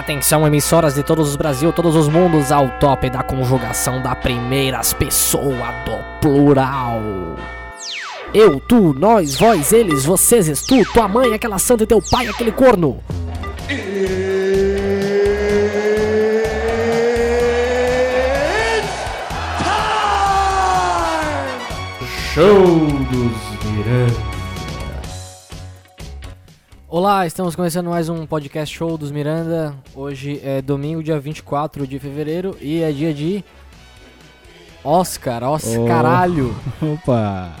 Atenção, emissoras de todos os Brasil, todos os mundos, ao top da conjugação da primeira pessoa do plural. Eu, tu, nós, vós, eles, vocês, es, tu, tua mãe, aquela santa e teu pai, aquele corno. Show dos Mirantes. Olá, estamos começando mais um podcast show dos Miranda. Hoje é domingo, dia 24 de fevereiro e é dia de Oscar, Oscar, Oh. caralho. Opa!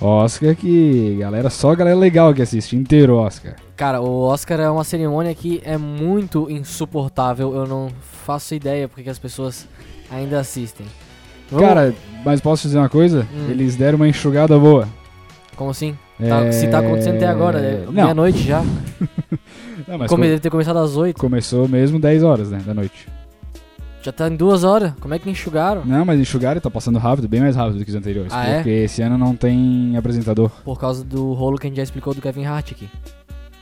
Oscar que. Galera, só galera legal que assiste, inteiro Oscar. Cara, o Oscar é uma cerimônia que é muito insuportável. Eu não faço ideia porque que as pessoas ainda assistem. Vamos- Cara, mas posso te dizer uma coisa? Hum. Eles deram uma enxugada boa. como assim? Tá- É, Se tá acontecendo até agora, é Não, meia-noite já. não, mas Como come- deve ter começado às 8. começou mesmo 10 horas, né? Da noite. Já tá em duas horas. Como é que enxugaram? Não, mas enxugaram e tá passando rápido, bem mais rápido do que os anteriores. Ah, é? porque esse ano não tem apresentador. Por causa do rolo que a gente já explicou do Kevin Hart aqui.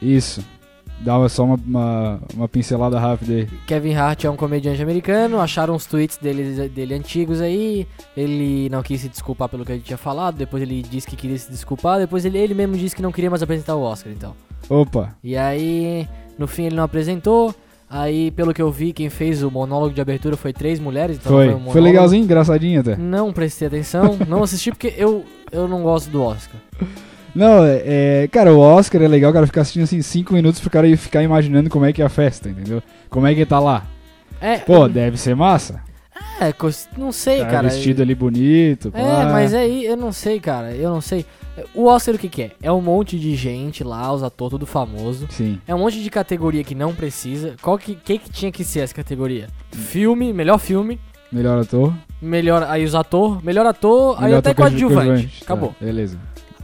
Isso. Dava só uma, uma, uma pincelada rápida aí. Kevin Hart é um comediante americano, acharam os tweets dele, dele antigos aí, ele não quis se desculpar pelo que ele tinha falado, depois ele disse que queria se desculpar, depois ele, ele mesmo disse que não queria mais apresentar o Oscar, então. Opa! E aí, no fim ele não apresentou, aí pelo que eu vi, quem fez o monólogo de abertura foi três mulheres, então Foi. não foi um Foi monólogo. legalzinho, engraçadinho até. Não prestei atenção, não assisti porque eu, eu não gosto do Oscar. Não, é, é, Cara, o Oscar é legal, cara, ficar assistindo assim 5 minutos pro cara ficar imaginando como é que é a festa, entendeu? Como é que tá lá. É, Pô, deve ser massa. é, cos- não sei, Tá cara. vestido ali bonito. É, pá. mas aí eu não sei, cara. Eu não sei. O Oscar o que, que é? É um monte de gente lá, os atores tudo famoso. Sim. É um monte de categoria que não precisa. Qual que, que, que tinha que ser essa categoria? Filme, melhor filme, Melhor ator. melhor. Aí os ator, melhor ator, aí melhor até ator coadjuvante. tá, Acabou. beleza.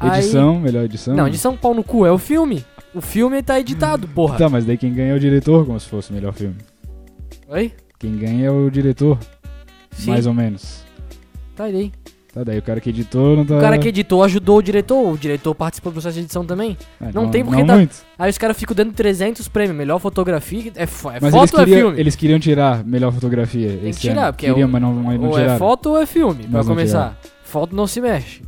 Aí- Edição, então. melhor edição. Não, edição pau no cu, é o filme. O filme tá editado, porra. Tá, mas daí quem ganha é o diretor, como se fosse o melhor filme. Oi? Quem ganha é o diretor, Sim, mais ou menos. tá aí. Tá, daí o cara que editou não tá. O cara que editou ajudou o diretor, o diretor participou do processo de edição também. Ah, não tem porque não tá- muito. Aí os caras ficam dando 300 prêmios. Melhor fotografia, é, fo- é Mas foto eles, ou é queriam, filme? eles queriam tirar melhor fotografia. Tem que esse tirar, ano. porque é, Queriam, o- mas não, mas não ou é tiraram. foto ou é filme, pra Mas não começar. Foto não se mexe.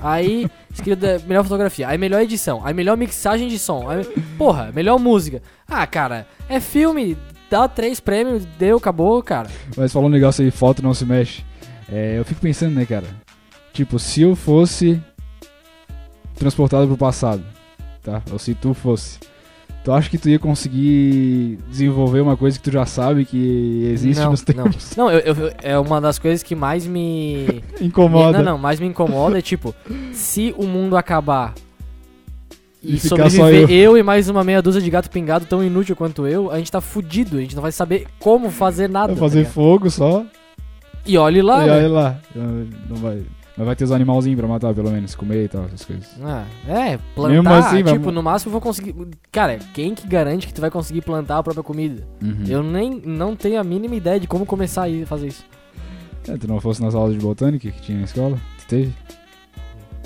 Aí, escrito da- melhor fotografia, aí melhor edição, aí melhor mixagem de som, aí, porra, melhor música. Ah, cara, é filme, dá três prêmios, deu, acabou, cara. Mas falou um negócio aí, foto não se mexe. É, eu fico pensando, né, cara? Tipo, se eu fosse transportado pro passado, tá? Ou se tu fosse, tu acha que tu ia conseguir desenvolver uma coisa que tu já sabe que existe não, nos não. tempos? Não, eu- eu- é uma das coisas que mais me. Incomoda. Não, não, mais me incomoda é tipo, se o mundo acabar e, E ficar só sobreviver eu. e mais uma meia dúzia de gato pingado tão inútil quanto eu, a gente tá fudido, a gente não vai saber como fazer nada. Vai tá fazer ligado? fogo só e olhe lá, e né? olha lá. Não vai... Mas vai ter os animalzinhos pra matar, pelo menos, comer e tal, essas coisas. Ah, é, plantar, Mesmo assim, vai- tipo, no máximo eu vou conseguir. Cara, quem que garante que tu vai conseguir plantar a própria comida? Hum. Eu nem não tenho a mínima ideia de como começar a ir- fazer isso. É, tu não fosse nas aulas de botânica que tinha na escola? Tu teve?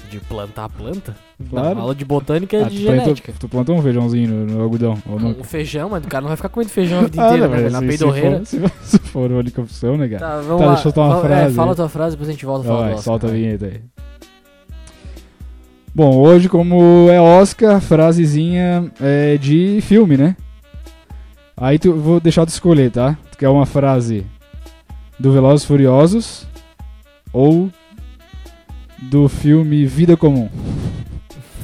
De plantar a planta? Claro. Não, aula de botânica é Ah, de tu, plantou, genética. tu plantou um feijãozinho no, no algodão? Ou não? O feijão, mas o cara não vai ficar comendo feijão a vida Ah, inteira, não, né? mas velho? Na se- se peidorreira. for- Se for, se for uma única opção, né, cara? Tá, vamos Tá, lá. deixa eu soltar uma Fala- frase. É, fala a tua frase, depois a gente volta a falar Vai, do Oscar, solta a vai. vinheta aí. Bom, hoje, como é Oscar, frasezinha é de filme, né? Aí tu vou deixar tu escolher, tá? Tu quer uma frase do Velozes e Furiosos ou do filme Vida Comum?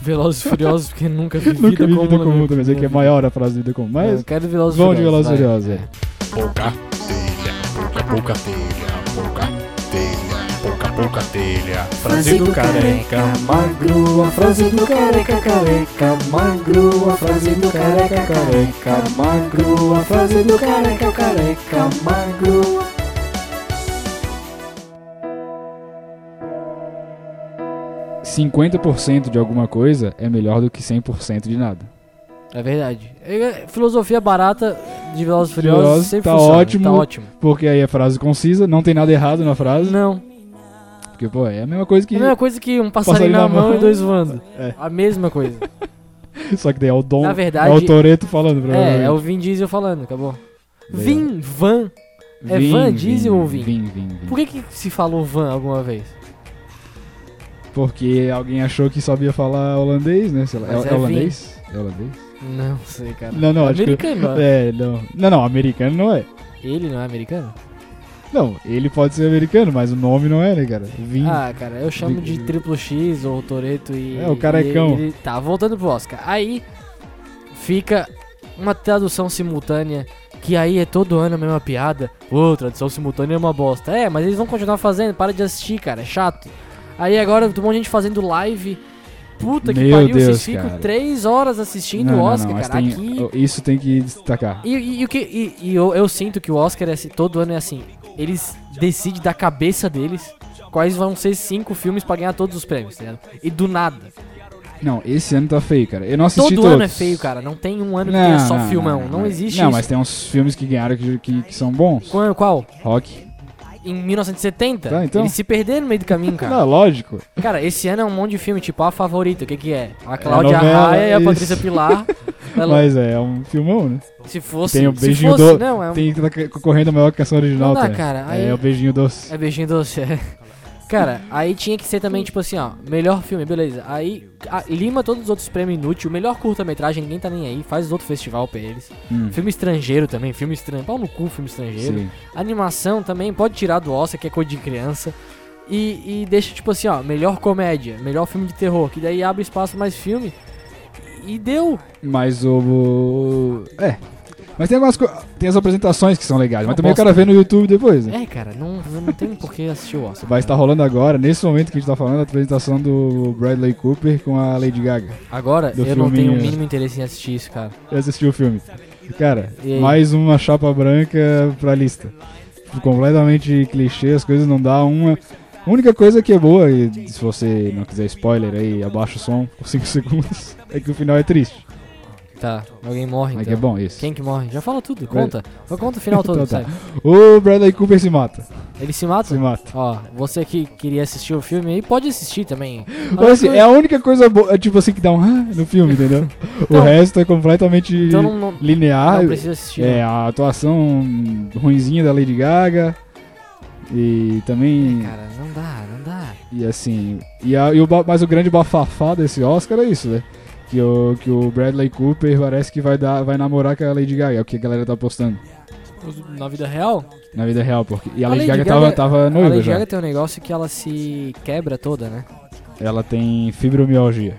Velozes e Furiosos, porque nunca vi vida Nunca vi comum. Vida na Comum, minha- também, sei que é minha maior a frase do Vida Comum, vida. mas Eu quero Velozes e vamos de Velozes e Furiosos, Furiosos. vai. é. Pocatelha, pouca, pouca telha, pouca telha, pouca, pouca telha. Frase do careca magro, a frase do careca careca magro, a frase do careca careca magro, a frase do careca careca magro. É. 50% de alguma coisa é melhor do que 100% de nada. É verdade. É, Filosofia barata de Velozes e Furiosos Furiosos, sempre tá funciona, ótimo. Tá ótimo. Porque aí é frase concisa, não tem nada errado na frase. Não. Porque, pô, é a mesma coisa que. É a mesma coisa que um passarinho, na mão, e dois voando. É. A mesma coisa. Só que daí é o Dom. Na verdade- É o Toreto falando pra é, é o Vin Diesel falando, acabou. Vin Van. É Vim, van diesel vim, ou vim? Vim, vim, vim. Por que, que se falou van alguma vez? Porque alguém achou que sabia falar holandês, né? Sei lá. Mas É, é é holandês? É holandês? Não sei, cara. Não, não, acho que. americano. ó. É, não. Não, não, americano não é. Ele não é americano? Não, ele pode ser americano, mas o nome não é, né, cara? Vim. Ah, cara, eu chamo de Triplo X ou Toreto e. É, o carecão. e ele- tá, voltando pro Oscar. Aí fica uma tradução simultânea, que aí é todo ano a mesma piada. Ô, tradução simultânea é uma bosta. É, mas eles vão continuar fazendo, para de assistir, cara, é chato. Aí agora tem um monte de gente fazendo live. Puta que Meu pariu, Deus, vocês ficam cara. três horas assistindo o Oscar, mas cara. tem- Aqui. oh, Isso tem que destacar. E, e- e o que, e, e eu, eu sinto que o Oscar é assim, todo ano é assim. Eles decidem da cabeça deles quais vão ser cinco filmes pra ganhar todos os prêmios, tá ligado? E do nada. Não, esse ano tá feio, cara. Eu não assisti Todo todos. ano é feio, cara. Não tem um ano que tenha só filmão. Não, existe Não, isso. mas tem uns filmes que ganharam que, que, que são bons. Qual? qual? Rock. Em 1970? Tá, então. Eles se perderam no meio do caminho, cara. Não, lógico. Cara, esse ano é um monte de filme, tipo, a favorita. O que que é? A Cláudia novela, Raia e a isso. Patrícia Pilar. Ela- Mas é, é um filmão, né? se fosse... Tem o se beijinho fosse, doce. não, é um Tem que tá concorrendo a maior canção original, Não dá, tá? cara, aí- É o beijinho doce. É beijinho doce, é. Cara, aí tinha que ser também, tipo assim, ó, melhor filme, beleza. Aí a- lima todos os outros prêmios inútil, melhor curta-metragem, ninguém tá nem aí, faz outro festival pra eles. Hum, Filme estrangeiro também, filme estrangeiro, pau no cu, filme estrangeiro. sim. Animação também, pode tirar do Oscar, que é coisa de criança. E, e deixa, tipo assim, ó, melhor comédia, melhor filme de terror, que daí abre espaço pra mais filme. E deu. Mas o- o. É. Mas tem algumas coisas. Tem as apresentações que são legais, mas Uma também o bosta. cara vê no YouTube depois, né? É, cara, não, não tem por que assistir o Oscar. Vai estar rolando agora, nesse momento que a gente tá falando, a apresentação do Bradley Cooper com a Lady Gaga. Agora, do eu não tenho o filminho. mínimo interesse em assistir isso, cara. Eu assisti o filme. Cara, E aí? mais uma chapa branca pra lista. Tipo, Completamente clichê, as coisas não dá uma. A única coisa que é boa, e se você não quiser spoiler aí, abaixa o som por 5 segundos, é que o final é triste. Tá, alguém morre Mas então. que é bom isso. Quem que morre? Já fala tudo, conta. Vai, Conta o final todo, Então tá. sabe? O Bradley Cooper se mata. Ele se mata? Se mata. Ó, você que queria assistir o filme aí, pode assistir também. Mas, assim, é a única coisa boa, é tipo assim, que dá um ah no filme, entendeu? o Então- resto é completamente Então não, não, linear. não precisa assistir. É, né? a atuação ruinzinha da Lady Gaga. E também. É, Cara, não dá, não dá. E assim, e a- e o, ba- mas o grande bafafá desse Oscar é isso, né? Que o, que o Bradley Cooper parece que vai, dar, vai namorar com a Lady Gaga, é o que a galera tá postando Na vida real, na vida real. Porque, e a, A Lady, Lady Gaga, Gaga- é- tava, tava a noiva Lady já. Gaga tem um negócio que ela se quebra toda, né? Ela tem fibromialgia.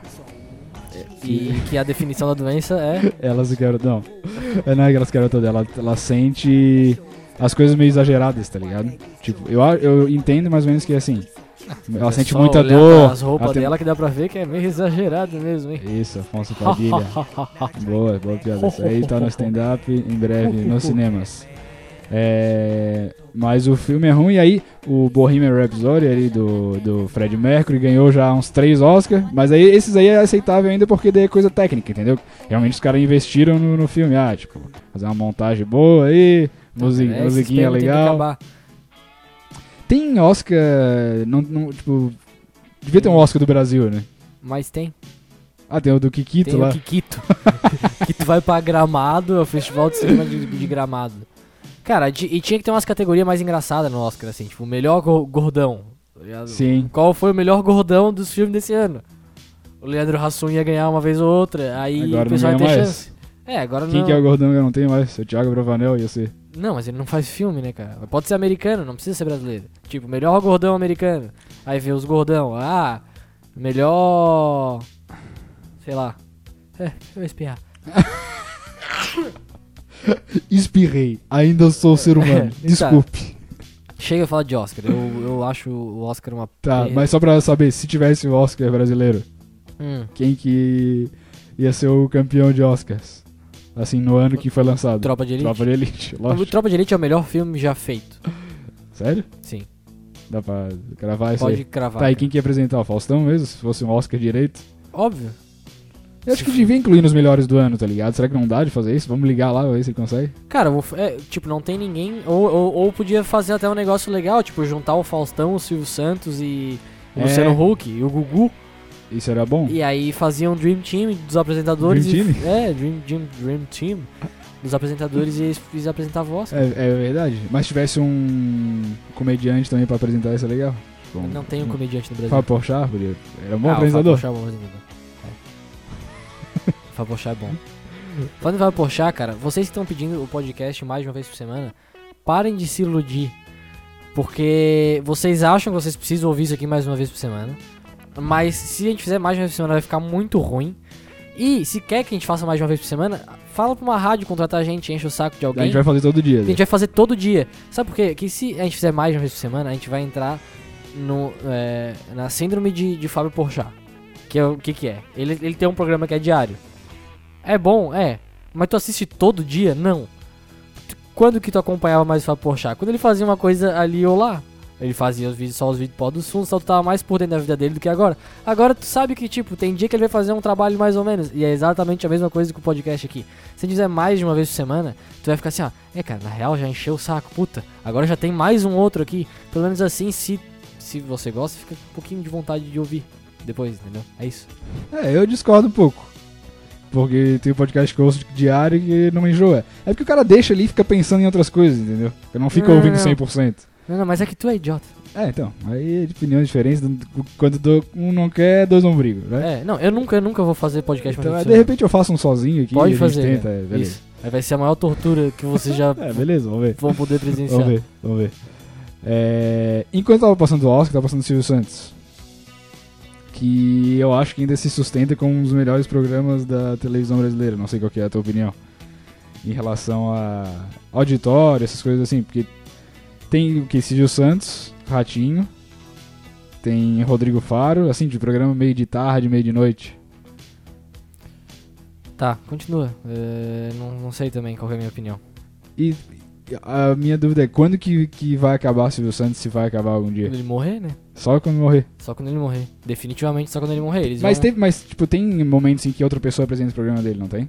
E que a definição da doença é... Elas se quebra. Não, é não é que elas quebram toda, ela, ela sente as coisas meio exageradas, tá ligado? Tipo, eu, a- eu entendo mais ou menos que é assim. Ela sente Só muita olhar dor. As roupas ela tem- dela que dá pra ver que é meio exagerado mesmo, hein? Isso, Afonso Padilha. Boa, boa piada. Isso aí tá no stand-up em breve, nos cinemas. É, mas o filme é ruim, e aí o Bohemian Rhapsody ali do, do Fred Mercury ganhou já uns três Oscars, mas aí esses aí é aceitável ainda porque daí é coisa técnica, entendeu? Realmente os caras investiram no, no filme, ah, tipo, fazer uma montagem boa aí, musi- É, esses musiquinha prêmios tem que legal. acabar. Tem Oscar, não, não, tipo, devia ter um Oscar do Brasil, né? Mas tem. Ah, tem o do Kikito Tem lá. o Kikito. Kikito vai pra Gramado, é o festival de cinema de, de Gramado. Cara, de- e tinha que ter umas categorias mais engraçadas no Oscar, assim, tipo, o melhor go- gordão. tá ligado? Sim. Qual foi o melhor gordão dos filmes desse ano? O Leandro Hassum ia ganhar uma vez ou outra, aí Agora o não pessoal ia ter ganha mais. chance. É, agora Quem não. que é o gordão que eu não tenho mais? O Thiago Bravanel e você. Não, mas ele não faz filme, né, cara? Pode ser americano, não precisa ser brasileiro. Tipo, melhor gordão americano. Aí vê os gordão. Ah, melhor. Sei lá. É, eu ia espirrar. Espirrei. Ainda sou ser humano. Tá. Desculpe. Chega a falar de Oscar. Eu, eu acho o Oscar uma. Tá, perda. mas só pra saber, se tivesse o Oscar brasileiro, Hum, quem que ia ser o campeão de Oscars? Assim, no ano que foi lançado. Tropa de Elite. Tropa de Elite, O lógico. Tropa de Elite é o melhor filme já feito. Sério? Sim. Dá pra gravar isso pode aí. cravar. Tá, e cara. quem que ia apresentar? O Faustão mesmo? Se fosse um Oscar direito? Óbvio. Eu acho que devia incluir nos melhores do ano, tá ligado? Será que não dá de fazer isso? Vamos ligar lá, ver se ele consegue. Cara, o- é, tipo, não tem ninguém. Ou, ou, ou podia fazer até um negócio legal, tipo, juntar o Faustão, o Silvio Santos e. O É. Luciano Huck e o Gugu. Isso era bom? E aí faziam um Dream Team dos apresentadores. Dream e, É, Dream, Dream, Dream Team. dos apresentadores e eles, eles apresentavam o Oscar. É, é verdade. Mas se tivesse um comediante também pra apresentar, isso é legal. Bom, Não tem um comediante no Brasil. Fábio Porchat, podia- era um bom Ah, o apresentador. Fábio Porchat é bom apresentador. É. O Fábio Porchat é bom. Falando em Fábio Porchat, cara, vocês que estão pedindo o podcast mais de uma vez por semana, parem de se iludir. Porque vocês acham que vocês precisam ouvir isso aqui mais uma vez por semana. Mas se a gente fizer mais de uma vez por semana, vai ficar muito ruim. E se quer que a gente faça mais de uma vez por semana, fala pra uma rádio contratar a gente, enche o saco de A alguém. gente vai fazer todo dia. né? A gente vai fazer todo dia. Sabe por quê? Que se a gente fizer mais de uma vez por semana, a gente vai entrar no, é, na síndrome de, de Fábio Porchat. Que é o que, que é? Ele, ele tem um programa que é diário. É bom? É. Mas tu assiste todo dia? Não. Tu- Quando que tu acompanhava mais o Fábio Porchat? Quando ele fazia uma coisa ali ou lá. Ele fazia os vídeos, só os vídeos pó dos fundos, só tu tava mais por dentro da vida dele do que agora. Agora tu sabe que, tipo, tem dia que ele vai fazer um trabalho mais ou menos. E é exatamente a mesma coisa que o podcast aqui. Se ele fizer mais de uma vez por semana, tu vai ficar assim, ó. É, cara, na real já encheu o saco, puta. Agora já tem mais um outro aqui. Pelo menos assim, se, se você gosta, fica com um pouquinho de vontade de ouvir depois, entendeu? É isso. É, eu discordo um pouco. Porque tem um podcast que eu ouço diário que não me enjoa. É porque o cara deixa ali e fica pensando em outras coisas, entendeu? Eu não fico Não, ouvindo não, não. 100%. Não, não, mas é que tu é idiota. É, então. Aí é de opiniões diferentes. Quando do- um não quer, dois não brigam, né? É, não, eu nunca, eu nunca vou fazer podcast mais Então, uma vez aí, de por semana. repente eu faço um sozinho aqui e Pode a gente fazer. tenta, né? é, beleza. Isso. Aí vai ser a maior tortura que você já É, beleza, vamos ver. vão poder presenciar. Vamos ver, vamos ver. É, enquanto tava passando o Oscar, tava passando o Silvio Santos. Que eu acho que ainda se sustenta como um dos melhores programas da televisão brasileira. Não sei qual que é a tua opinião. Em relação a auditório, essas coisas assim. Porque tem o que? Silvio Santos, Ratinho. Tem Rodrigo Faro, assim, de programa meio de tarde, meio de noite. Tá, continua. É, não, não sei também qual que é a minha opinião. E a minha dúvida é quando que, que vai acabar o Silvio Santos, se vai acabar algum dia. Quando ele morrer, né? Só quando morrer. Só quando ele morrer. Definitivamente só quando ele morrer. Eles Mas vão... teve, mas tipo, tem momentos em que outra pessoa apresenta o programa dele, não tem?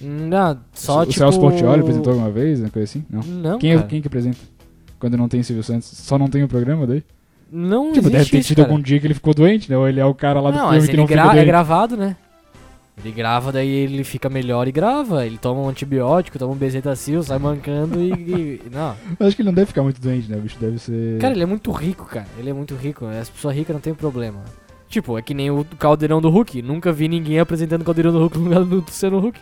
Não, só o tipo... Celso Portioli apresentou alguma vez, uma coisa assim? Não. Não, quem, é, cara. quem que apresenta? Quando não tem Silvio Santos, só não tem o programa daí? Não Tipo, existe deve ter isso, tido cara. algum dia que ele ficou doente, né? Ou ele é o cara lá do não, filme mas que ele não fica gra- é doente. gravado, né? Ele grava, daí ele fica melhor e grava. Ele toma um antibiótico, toma um bezetacil, sai mancando e, e- Não. Mas Acho que ele não deve ficar muito doente, né? O bicho deve ser... Cara, ele é muito rico, cara. Ele é muito rico. As pessoas ricas não tem problema. Tipo, é que nem o Caldeirão do Hulk. Nunca vi ninguém apresentando o Caldeirão do Hulk no lugar do Luciano Hulk.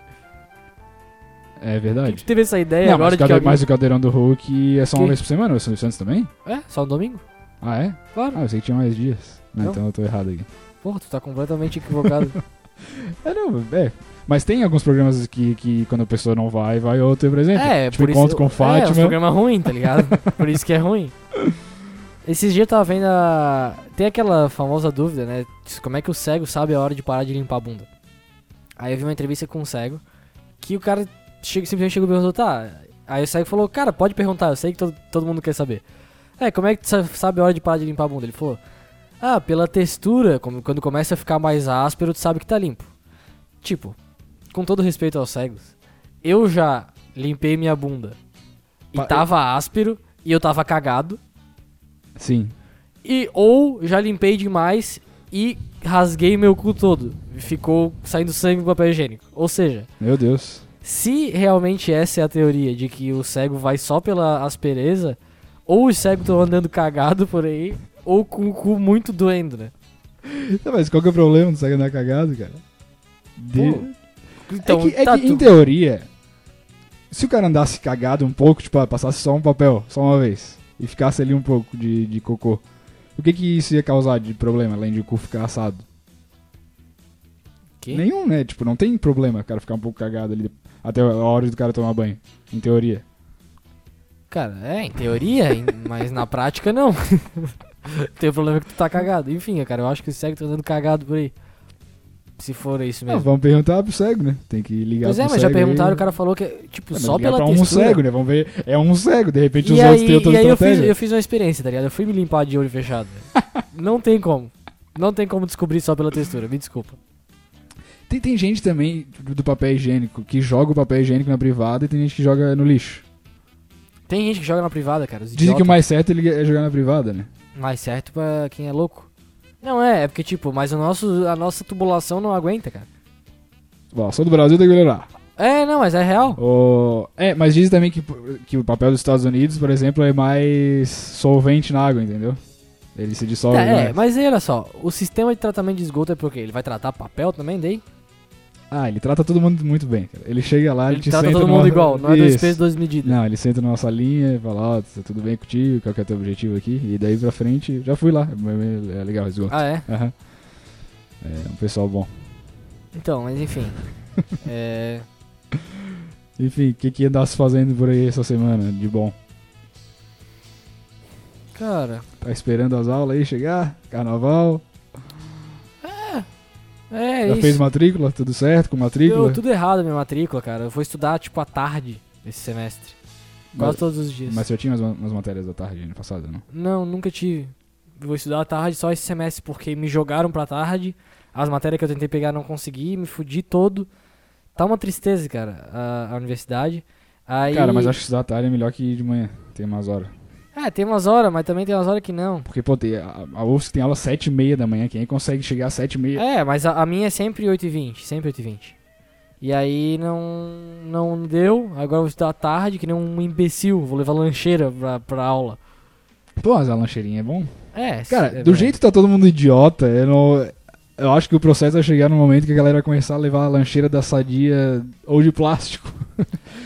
É Quem que verdade. teve essa ideia não, mas, É, agora o de que calde... alguém... mas o Caldeirão do Hulk é só uma Que? vez por semana, o Silvio Santos também? É, só no domingo? Ah, é? Claro. Ah, eu sei que tinha mais dias. Ah, Não. então eu tô errado aqui. Porra, tu tá completamente equivocado. É, não, é. Mas tem alguns programas que, que quando a pessoa não vai, vai outro e apresenta. É, tipo, por Encontro isso, com É, um Fátima. programa ruim, tá ligado? por isso que é ruim. Esses dias eu tava vendo a... Tem aquela famosa dúvida, né? Como é que o cego sabe a hora de parar de limpar a bunda? Aí eu vi uma entrevista com um cego, que o cara chega, simplesmente chegou e perguntou, tá... Aí o cego falou, cara, pode perguntar, eu sei que todo, todo mundo quer saber. É, como é que tu sa- sabe a hora de parar de limpar a bunda? Ele falou, ah, pela textura, como- quando começa a ficar mais áspero, tu sabe que tá limpo. Tipo, com todo respeito aos cegos, eu já limpei minha bunda e Pa- tava áspero e eu tava cagado. Sim. E ou já limpei demais e rasguei meu cu todo. e Ficou saindo sangue do papel higiênico. Ou seja, Meu Deus. se realmente essa é a teoria de que o cego vai só pela aspereza, ou os cegos estão andando cagado por aí, ou com o cu muito doendo, né? Tá, mas qual que é o problema do cego andar cagado, cara? De- Pô, Então, é que, é tá que, tu- em teoria, se o cara andasse cagado um pouco, tipo, ah, passasse só um papel, só uma vez, e ficasse ali um pouco de, de cocô, o que que isso ia causar de problema, além de o cu ficar assado? Quê? Nenhum, né? Tipo, não tem problema o cara ficar um pouco cagado ali até a hora do cara tomar banho, em teoria. Cara, é, em teoria, em- mas na prática não. Tem o problema é que tu tá cagado. Enfim, cara, eu acho que o cego tá andando cagado por aí. Se for isso Ah, mesmo. vamos perguntar pro cego, né? Tem que ligar É. pois pro é, cego. mas já perguntaram, aí. o cara falou que, tipo, É, mas só ligar pela pra um textura. cego, né? Vamos ver. É um cego, de repente os E outros aí, têm outras e aí eu, estratégias. fiz, eu fiz uma experiência, tá ligado? Eu fui me limpar de olho fechado. não tem como. Não tem como descobrir só pela textura, me desculpa. Tem, tem gente também do do papel higiênico que joga o papel higiênico na privada e tem gente que joga no lixo. Tem gente que joga na privada, cara. Os Dizem que idiotas. o mais certo ele é jogar na privada, né? Mais certo pra quem é louco. Não é, é porque, tipo, mas o nosso, a nossa tubulação não aguenta, cara. Bom, sou do Brasil, tem que melhorar. É, não, mas é real. O- É, mas dizem também que, que o papel dos Estados Unidos, por exemplo, é mais solvente na água, entendeu? Ele se dissolve. É, né? é, mas aí, olha só, o sistema de tratamento de esgoto é porque ele vai tratar papel também, daí? Ah, ele trata todo mundo muito bem. cara. Ele chega lá, ele, Ele te trata senta todo numa- mundo igual, não é dois Isso. pesos, duas medidas. Não, ele senta numa salinha e fala, ó, tá tudo bem contigo, qual que é o teu objetivo aqui? E daí pra frente, já fui lá. É legal o esgoto. Ah, é? Aham. É um pessoal bom. Então, mas enfim. é... Enfim, o que, que andasse fazendo por aí essa semana de bom? Cara, Tá esperando as aulas aí chegar? Carnaval? é já isso. fez matrícula? Tudo certo com matrícula? Deu tudo errado a minha matrícula, cara. Eu vou estudar, tipo, à tarde esse semestre. Quase mas, todos os dias. mas eu tinha as, ma- as matérias da tarde ano passado, né? não? Não, nunca tive. Eu Vou estudar à tarde só esse semestre, porque me jogaram pra tarde. As matérias que eu tentei pegar não consegui, me fudi todo. Tá uma tristeza, cara, a, a universidade. Aí... Cara, mas acho que estudar à tarde é melhor que ir de manhã. Tem umas horas. É, tem umas horas, mas também tem umas horas que não. Porque, pô, tem, a, a UFSC tem aula às 7h30 da manhã. Quem consegue chegar às 7h30? É, mas a, a minha é sempre 8h20, sempre 8h20. E aí não, não deu, agora eu vou estudar à tarde, que nem um imbecil, vou levar lancheira pra, pra aula. Pô, mas a lancheirinha é bom. É, Cara, é do verdade. jeito que tá todo mundo idiota, eu não. Eu acho que o processo vai chegar no momento que a galera vai começar a levar a lancheira da sadia ou de plástico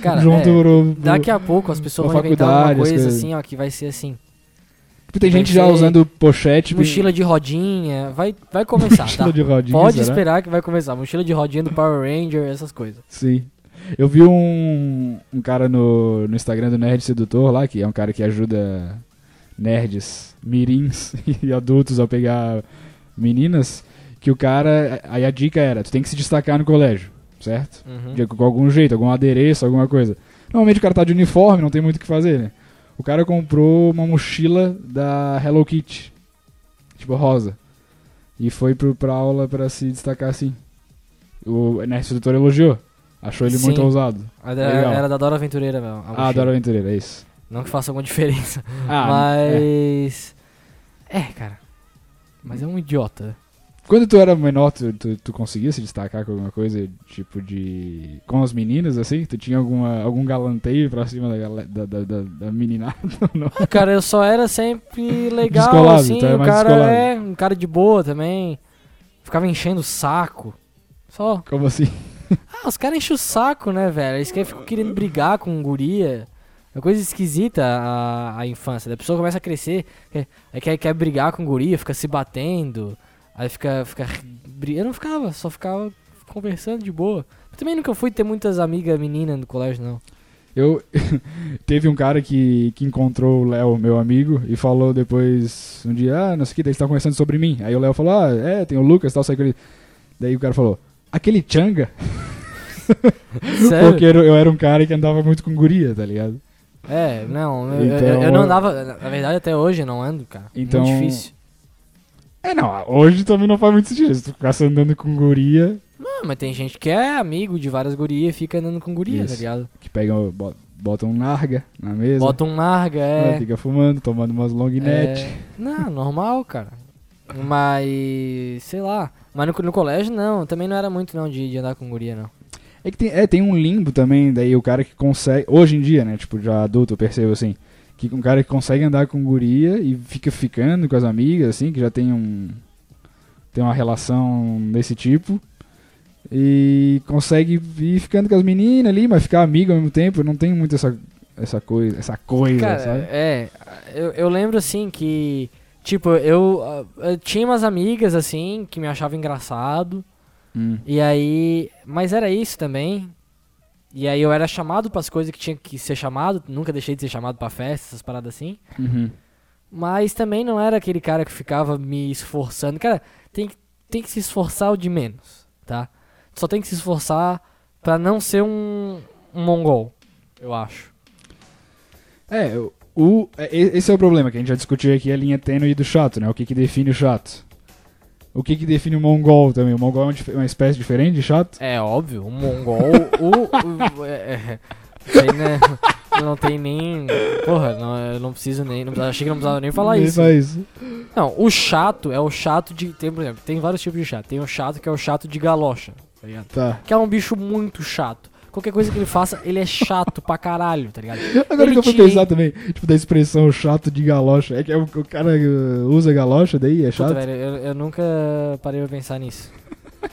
Cara, junto é, pro, pro- daqui a pouco as pessoas pra vão inventar uma faculdade, as coisa coisas. assim, ó, que vai ser assim. Tipo, Tem vai gente já ser usando pochete. mochila de rodinha, vai, vai começar, Tipo, mochila tá? de rodinha, Pode será? esperar que vai começar. Mochila de rodinha do Power Ranger, essas coisas. Sim. Eu vi um, um cara no, no Instagram do Nerd Sedutor lá, que é um cara que ajuda nerds, mirins e adultos a pegar meninas, que o cara, aí a dica era, tu tem que se destacar no colégio, certo? Uhum. De, com algum jeito, algum adereço, alguma coisa. Normalmente o cara tá de uniforme, não tem muito o que fazer, né? O cara comprou uma mochila da Hello Kitty, tipo rosa, e foi pro, pra aula pra se destacar assim. O Nerd Sedutor elogiou, achou ele Sim. muito ousado. Era, Legal. era da Dora Aventureira, meu. a Ah, mochila. adoro aventureira, é isso. Não que faça alguma diferença. Ah, é. mas. É. cara. Mas é um idiota. né? Quando tu era menor, tu, tu, tu conseguia se destacar com alguma coisa, tipo de... Com as meninas, assim? Tu tinha alguma, algum galanteio pra cima da, gale- da, da, da, da meninada? Não. Ah, Cara, eu só era sempre legal, Descolado, assim. tu era o mais cara descolado. é um cara de boa também. Ficava enchendo o saco. Só. Como assim? Ah, os caras enchem o saco, né, velho? Eles que- ficam querendo brigar com guria. É coisa esquisita a, a infância. A pessoa começa a crescer, quer, aí quer, quer brigar com guria, fica se batendo. Aí fica, fica. bri- Eu não ficava, só ficava conversando de boa. Também nunca fui ter muitas amigas meninas no colégio, não. Eu teve um cara que, que encontrou o Léo, meu amigo, e falou depois um dia, ah, não sei o que, daí estão conversando sobre mim. Aí o Léo falou, ah, é, tem o Lucas e tal, sei que ele. Daí o cara falou, aquele Changa? Sério? Porque eu, eu era um cara que andava muito com guria, tá ligado? É, não, eu- eu, Então, eu não eu- andava. Na verdade, até hoje eu não ando, cara. Então- Muito difícil. É, não, hoje também não faz muito sentido. Se tu ficasse andando com guria, Não, mas tem gente que é amigo de várias gurias e fica andando com guria, tá Isso. ligado? que pega, o- bo- bota um narga na mesa, Bota um larga, é. né, fica fumando, tomando umas long net. É, Não, normal, cara. Mas, sei lá. Mas no, no colégio, não. Também não era muito, não, de, de andar com guria, não. É que tem, é, tem um limbo também, daí o cara que consegue. Hoje em dia, né? Tipo, já adulto, eu percebo assim. Que um cara que consegue andar com guria e fica ficando com as amigas, assim, que já tem um. Tem uma relação desse tipo. E consegue ir ficando com as meninas ali, mas ficar amigo ao mesmo tempo. Não tem muito essa, essa coisa, essa coisa, Cara, sabe? é. Eu, eu lembro, assim, que... Tipo, eu, ah, eu tinha umas amigas, assim, que me achavam engraçado. Hum. E aí. Mas era isso também. E aí eu era chamado pras coisas que tinha que ser chamado. Nunca deixei de ser chamado pra festa, essas paradas assim. Uhum. Mas também não era aquele cara que ficava me esforçando. Cara, tem, que- tem que se esforçar o de menos, tá? Só tem que se esforçar pra não ser um, um mongol, eu acho. É, o- o, é, e- esse é o problema que a gente já discutiu aqui, a linha tênue do chato, né? O que, que define o chato. O que, que define o mongol também? O mongol é uma, dif- uma espécie diferente de chato? É óbvio, um mongol. o, o- é, é, isso aí, né? Não tem nem. Porra, não, eu não preciso nem. Não, precisava- achei que não precisava nem falar Ninguém isso. fala isso. Não, o chato é o chato de. Tem, por exemplo, tem vários tipos de chato. Tem o chato que é o chato de galocha, tá ligado? Tá. Que é um bicho muito chato. Qualquer coisa que ele faça, ele é chato pra caralho, tá ligado? Agora Ele que eu fui tinha- pensar também, tipo, da expressão chato de galocha. É que é o, o cara uh, usa galocha, daí é Puta, chato. velho, eu, eu nunca parei pra pensar nisso.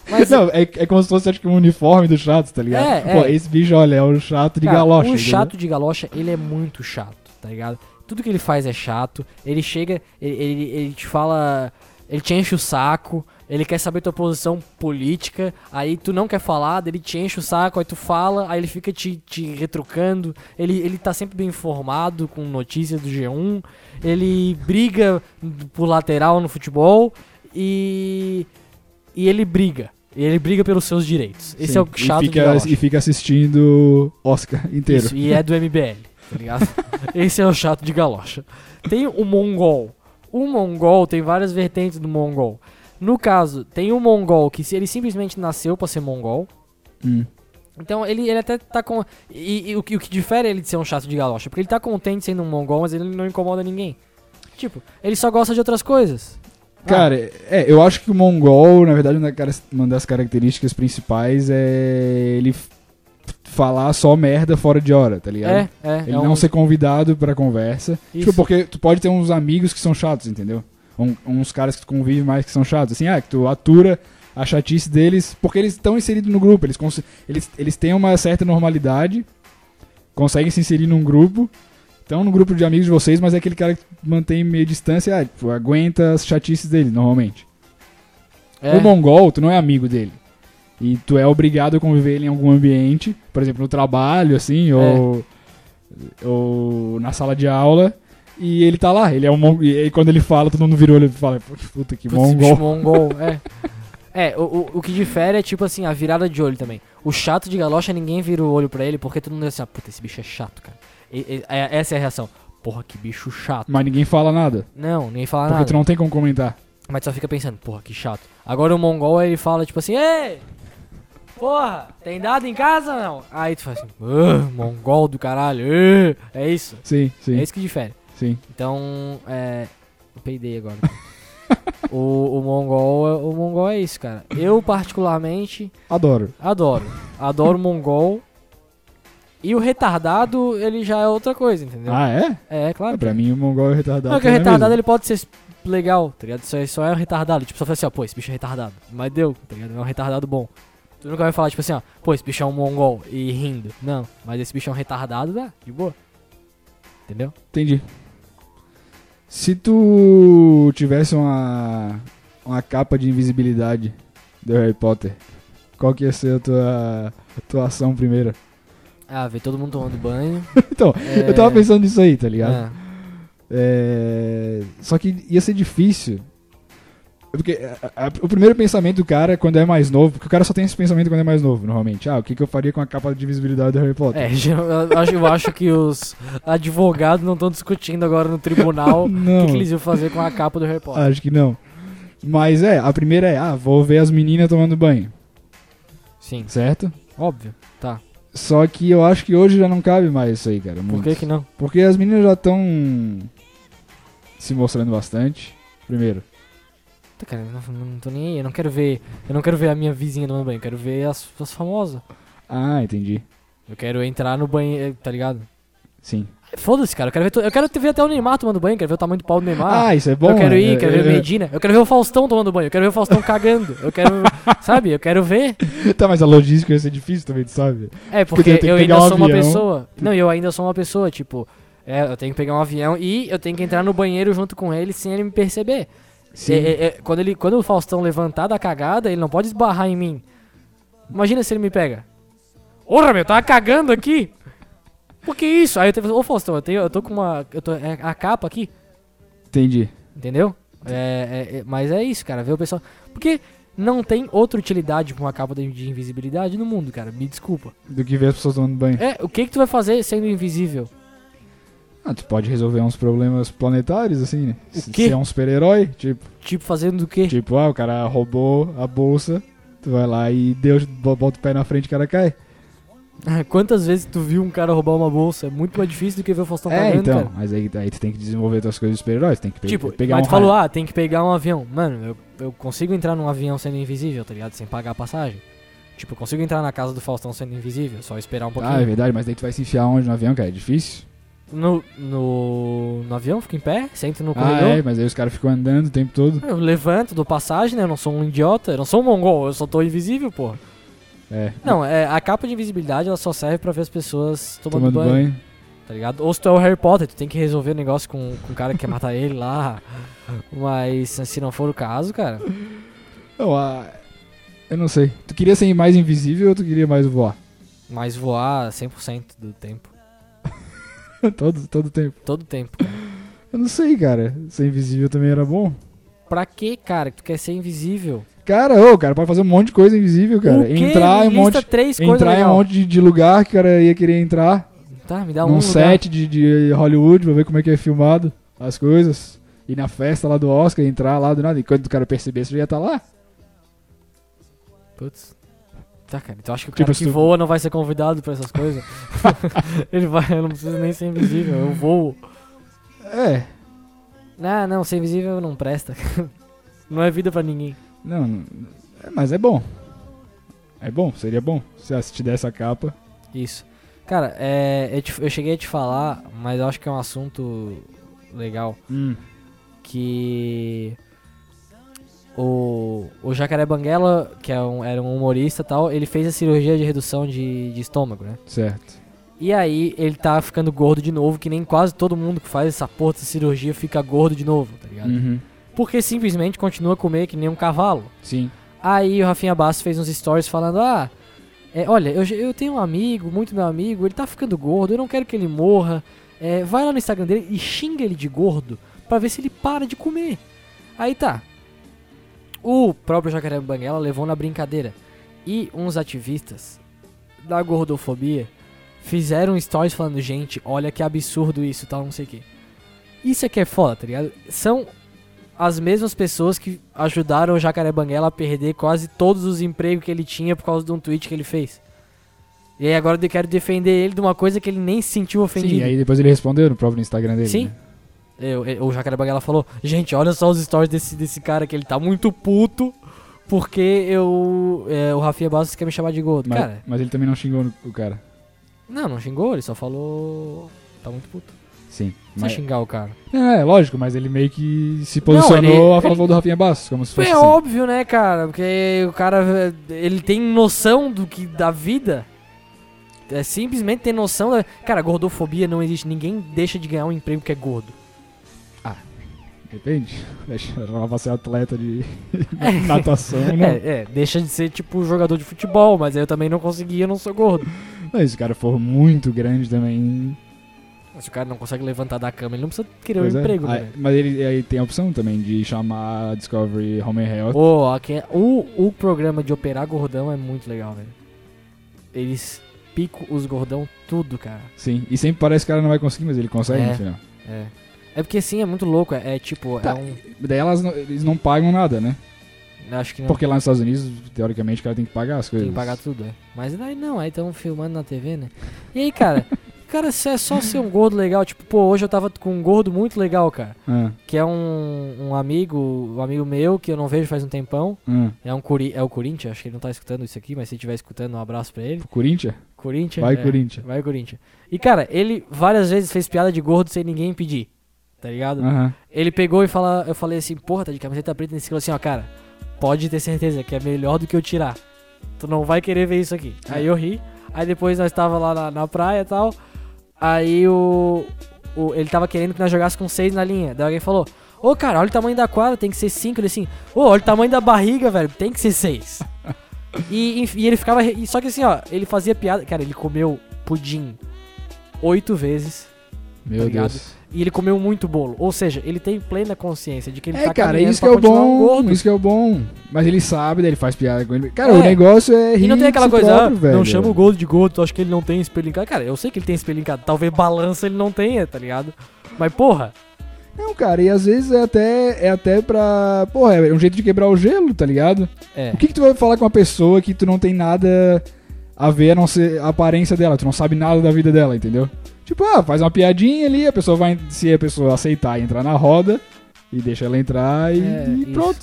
Mas, não, é, é como se fosse acho que um uniforme do chato, tá ligado? É, Pô, é. esse bicho, olha, é um chato de cara, galocha. O entendeu? chato de galocha, ele é muito chato, tá ligado? Tudo que ele faz é chato. Ele chega, ele, ele, ele te fala. Ele te enche o saco. Ele quer saber tua posição política. Aí tu não quer falar, daí ele te enche o saco, aí tu fala, aí ele fica te, te retrucando. Ele, ele tá sempre bem informado com notícias do G1. Ele briga por lateral no futebol. E. E ele briga. Ele briga pelos seus direitos. Esse Sim, é o chato e de fica, galocha. e fica assistindo Oscar inteiro. Isso, e é do MBL, tá ligado? Esse é o chato de galocha. Tem o mongol. O mongol tem várias vertentes do mongol. No caso, tem o mongol que se ele simplesmente nasceu pra ser mongol. Hum. Então ele, ele até tá com. E, e o, que- o que difere ele de ser um chato de galocha? Porque ele tá contente sendo um mongol, mas ele não incomoda ninguém. Tipo, ele só gosta de outras coisas. Cara, é, eu acho que o mongol, na verdade, uma da cara- uma das características principais é ele f- falar só merda fora de hora, tá ligado? É, é. Ele é não um- ser convidado pra conversa. Isso. Tipo, porque tu pode ter uns amigos que são chatos, entendeu? Um- uns caras que tu convive mais que são chatos. Assim, ah, que tu atura a chatice deles, porque eles estão inseridos no grupo. Eles, cons- eles, eles têm uma certa normalidade, conseguem se inserir num grupo. Estão no grupo de amigos de vocês, mas é aquele cara que mantém meio distância, ah, tipo, aguenta as chatices dele, normalmente. é. O mongol, tu não é amigo dele. E tu é obrigado a conviver ele em algum ambiente, por exemplo, no trabalho, assim, É. ou, ou na sala de aula. E ele tá lá, ele é um mongol. E aí quando ele fala, todo mundo vira o olho e fala, puta que Putz, bicho, mongol. mongol, é. É, o, o, o que difere é tipo assim, a virada de olho também. O chato de galocha, ninguém vira o olho pra ele porque todo mundo é assim, ah, puta, esse bicho é chato, cara. E- e- é- essa é a reação. Porra, que bicho chato. Mas ninguém fala nada, Não, nem fala porque nada. tu não tem como comentar. Mas só fica pensando, porra, que chato. Agora o mongol, ele fala tipo assim, ei! Porra, tem dado em casa ou não? Aí tu faz assim, "Ah, mongol do caralho, ah." é isso. Sim, sim, É isso que difere. sim. Então, é. Eu peidei agora. o, o Mongol é, o Mongol é isso, cara. Eu, particularmente, Adoro. adoro. Adoro o Mongol. E o retardado, ele já é outra coisa, entendeu? Ah, é? é, Ah, claro. pra mim o mongol é retardado. Não, que o também retardado mesmo. ele pode ser legal, tá ligado? Só, é- só é um retardado. Tipo, só fala assim, ó, pô, esse bicho é retardado. Mas deu, tá ligado? É um retardado bom. Tu nunca vai falar, tipo assim, ó, pô, esse bicho é um mongol e rindo. Não, mas esse bicho é um retardado, dá, de boa. Entendeu? Entendi. Se tu tivesse uma, uma capa de invisibilidade do Harry Potter, qual que ia ser a tua, tua ação primeira? Ah, vê todo mundo tomando banho. Então, É. eu tava pensando nisso aí, tá ligado? Ah. É, só que ia ser difícil. Porque a- a- o primeiro pensamento do cara quando é mais novo, porque o cara só tem esse pensamento quando é mais novo, normalmente. Ah, o que, que eu faria com a capa de invisibilidade do Harry Potter? É, já- eu acho, eu acho que os advogados não estão discutindo agora no tribunal É, o Não. que, que eles iam fazer com a capa do Harry Potter. Acho que não. Mas é, a primeira é, ah, vou ver as meninas tomando banho, Ah. Sim, certo? óbvio. Tá. Só que eu acho que hoje já não cabe mais isso aí, cara. Por muito. que que não? Porque as meninas já estão se mostrando bastante. Primeiro. Tá, cara, eu não, não tô nem aí. Eu não quero ver. Eu não quero ver a minha vizinha tomando banho. Eu quero ver as, as famosas. Ah, entendi. Eu quero entrar no banheiro, tá ligado? Sim. Foda-se, cara. Eu quero, ver to- eu quero ver até o Neymar tomando banho. Eu quero ver o tamanho do pau do Neymar. Ah, isso é bom. eu quero né? ir, quero ver o Eu- Medina. Eu quero ver o Faustão tomando banho. Eu quero ver o Faustão cagando. Eu quero. sabe? Eu quero ver. eu- Tá, mas a logística ia ser difícil também, tu sabe? É, Porque porque tem que eu pegar ainda um sou uma avião. pessoa. Não, eu ainda sou uma pessoa, tipo, é, eu tenho que pegar um avião e eu tenho que entrar no banheiro junto com ele sem ele me perceber. É, é, é, quando, ele, quando o Faustão levantar da cagada, ele não pode esbarrar em mim. Imagina se ele me pega. Porra, meu, eu tava cagando aqui! Por que isso? Aí eu tenho. Ô Faustão, eu, tenho, eu tô com uma. Eu tô, é, a capa aqui, Entendi. entendeu? É, é, é, mas é isso, cara. Ver o pessoal. Porque não tem outra utilidade pra uma capa de de invisibilidade no mundo, cara. Me desculpa. Do que ver as pessoas tomando banho. É, o que que tu vai fazer sendo invisível? Ah, tu pode resolver uns problemas planetários, assim, né? O Se- quê? Ser um super-herói, tipo, Tipo, fazendo o quê? tipo, ah, o cara roubou a bolsa, tu vai lá e Deus bo- bota o pé na frente e o cara cai. Quantas vezes tu viu um cara roubar uma bolsa? É muito mais difícil do que ver o Faustão é, cagando, então, cara. mas aí, aí tu tem que desenvolver tuas coisas de super-heróis, tem que pe Tipo, pegar mas um tu falou, raio. ah, tem que pegar um avião. Mano, eu, eu consigo entrar num avião sendo invisível, tá ligado? Sem pagar a passagem. Tipo, eu consigo entrar na casa do Faustão sendo invisível, só esperar um Ah, é pouquinho. verdade, mas daí tu vai se enfiar onde no avião, cara? É difícil? no, no, no avião, fico em pé, sento no Ah, corredor. é, mas aí os caras ficam andando o tempo todo. Eu levanto, dou passagem, né? Eu não sou um idiota, eu não sou um mongol, eu só tô invisível, pô. É. Não, é, a capa de invisibilidade ela só serve pra ver as pessoas tomando, Tomando banho, banho. tá ligado? Ou se tu é o Harry Potter, tu tem que resolver o negócio com, com o cara que quer matar ele lá. Mas assim, se não for o caso, cara, Não, ah, eu não sei. Tu queria ser mais invisível ou tu queria mais voar? mas voar 100% do tempo. todo, todo tempo. Todo tempo, cara. Eu não sei, cara. Ser invisível também era bom. Pra que, cara, que tu quer ser invisível? Cara, ô, cara, pode fazer um monte de coisa invisível, cara. o quê? Entrar em um Me lista monte. três coisas Entrar em um legal. monte de, de lugar que o cara ia querer entrar. Tá, me dá um num lugar. set de, de Hollywood pra ver como é que é filmado as coisas. E na festa lá do Oscar, entrar lá do nada. E quando o cara perceber, você já ia estar lá. Putz. Tá, cara, então acho que o Tipo, cara se que tu- voa não vai ser convidado pra essas coisas. Ele vai, eu não preciso nem ser invisível, eu voo. É. Ah, não, ser invisível não presta. não é vida pra ninguém. Não, não- é, mas é bom. É bom, seria bom se assistir dessa capa. Isso. Cara, é, eu, te- eu cheguei a te falar, mas eu acho que é um assunto legal, que o, o Jacaré Banguela, que é um- era um humorista e tal, ele fez a cirurgia de redução de, de estômago, né? certo. E aí ele tá ficando gordo de novo, que nem quase todo mundo que faz essa porra dessa cirurgia fica gordo de novo, tá ligado? Uhum. Porque simplesmente continua a comer que nem um cavalo. Sim. Aí o Rafinha Bastos fez uns stories falando, ah, é, olha, eu, já- eu tenho um amigo, muito meu amigo, ele tá ficando gordo, eu não quero que ele morra. É, vai lá no Instagram dele e xinga ele de gordo pra ver se ele para de comer. Aí tá. O próprio Jacaré Banguela levou na brincadeira. E uns ativistas da gordofobia fizeram stories falando, gente, olha que absurdo isso, tal, não sei o que. Isso aqui é foda, tá ligado? São as mesmas pessoas que ajudaram o Jacaré Banguela a perder quase todos os empregos que ele tinha por causa de um tweet que ele fez. E aí agora eu quero defender ele de uma coisa que ele nem se sentiu ofendido. Sim, e aí depois ele respondeu no próprio Instagram dele. Sim. né? Eu- eu- o Jacaré Banguela falou: Gente, olha só os stories desse, desse cara que ele tá muito puto porque eu. é, o Rafinha Bastos quer me chamar de gordo. Mas, Cara, mas ele também não xingou no- o cara. não, não xingou, ele só falou. Tá muito puto. Sim. Sem Mas, xingar o cara. é, é, lógico, mas ele meio que se posicionou ele- a favor do Rafinha Bastos, como se É fosse assim. óbvio, né, cara? Porque o cara. é, Ele tem noção do que. da vida. É simplesmente ter noção da. Cara, gordofobia não existe. Ninguém deixa de ganhar um emprego que é gordo. Depende. assim. Deixa ela vai ser atleta de Tá natação, né? não. É, é, deixa de ser tipo jogador de futebol, mas aí eu também não consegui, eu não sou gordo. Não, esse cara for muito grande também. Se o cara não consegue levantar da cama, ele não precisa querer pois um é. emprego, Aí- né? mas ele aí tem a opção também de chamar a Discovery Home and Health. Ô, aque- o, o programa de operar gordão é muito legal, velho. Eles picam os gordão tudo, cara. Sim. E sempre parece que o cara não vai conseguir, mas ele consegue É. no final. É. É porque assim, é muito louco. É, é tipo, Tá. é um. Daí elas não- eles não pagam nada, né? Acho que não Porque lá nos Estados Unidos, teoricamente, o cara tem que pagar as coisas. É. tem que pagar tudo, é. Mas daí não, aí estão filmando na TV, né? E aí, cara, cara, se é só ser um gordo legal, tipo, pô, hoje eu tava com um gordo muito legal, cara. Ah, Que é um, um amigo, um amigo meu que eu não vejo faz um tempão. ah. É, um Cori é o Corinthians, acho que ele não tá escutando isso aqui, mas se estiver escutando, um abraço pra ele. Pro Corinthians? Corinthians. Vai, é, Corinthians. Vai, Corinthians. E, cara, ele várias vezes fez piada de gordo sem ninguém pedir, tá ligado? Aham. Ele pegou e fala, eu falei assim, porra, tá de camiseta preta nesse assim, ó, cara, pode ter certeza que é melhor do que eu tirar. Tu não vai querer ver isso aqui. Aí eu ri, aí depois nós tava lá na, na praia e tal, aí o, o- Ele tava querendo que nós jogássemos com seis na linha, daí alguém falou... Ô, cara, olha o tamanho da quadra, tem que ser cinco. Ele assim, ô, olha o tamanho da barriga, velho, tem que ser seis. E, enf- e ele ficava. re- e Só que assim, ó, ele fazia piada. Cara, ele comeu pudim oito vezes Meu Tá ligado? Deus. e ele comeu muito bolo. Ou seja, ele tem plena consciência de que ele É, tá cara, caminhando isso que pra é o continuar bom. um gordo. Isso que é o bom. Mas ele sabe, daí ele faz piada com ele. Cara, É. o negócio é rir E não tem de aquela si coisa, próprio, ah, velho. não chama o gordo de gordo, tu acha que ele não tem espelho em casa? Cara, eu sei que ele tem espelho em casa, talvez balança ele não tenha, tá ligado? Mas porra, Não, cara, e às vezes é até, é até pra. Porra, é um jeito de quebrar o gelo, tá ligado? é. O que, que tu vai falar com uma pessoa que tu não tem nada a ver a não ser a aparência dela, tu não sabe nada da vida dela, entendeu? Tipo, ah, faz uma piadinha ali, a pessoa vai. Se a pessoa aceitar entrar na roda, e deixa ela entrar e, É, e isso. pronto.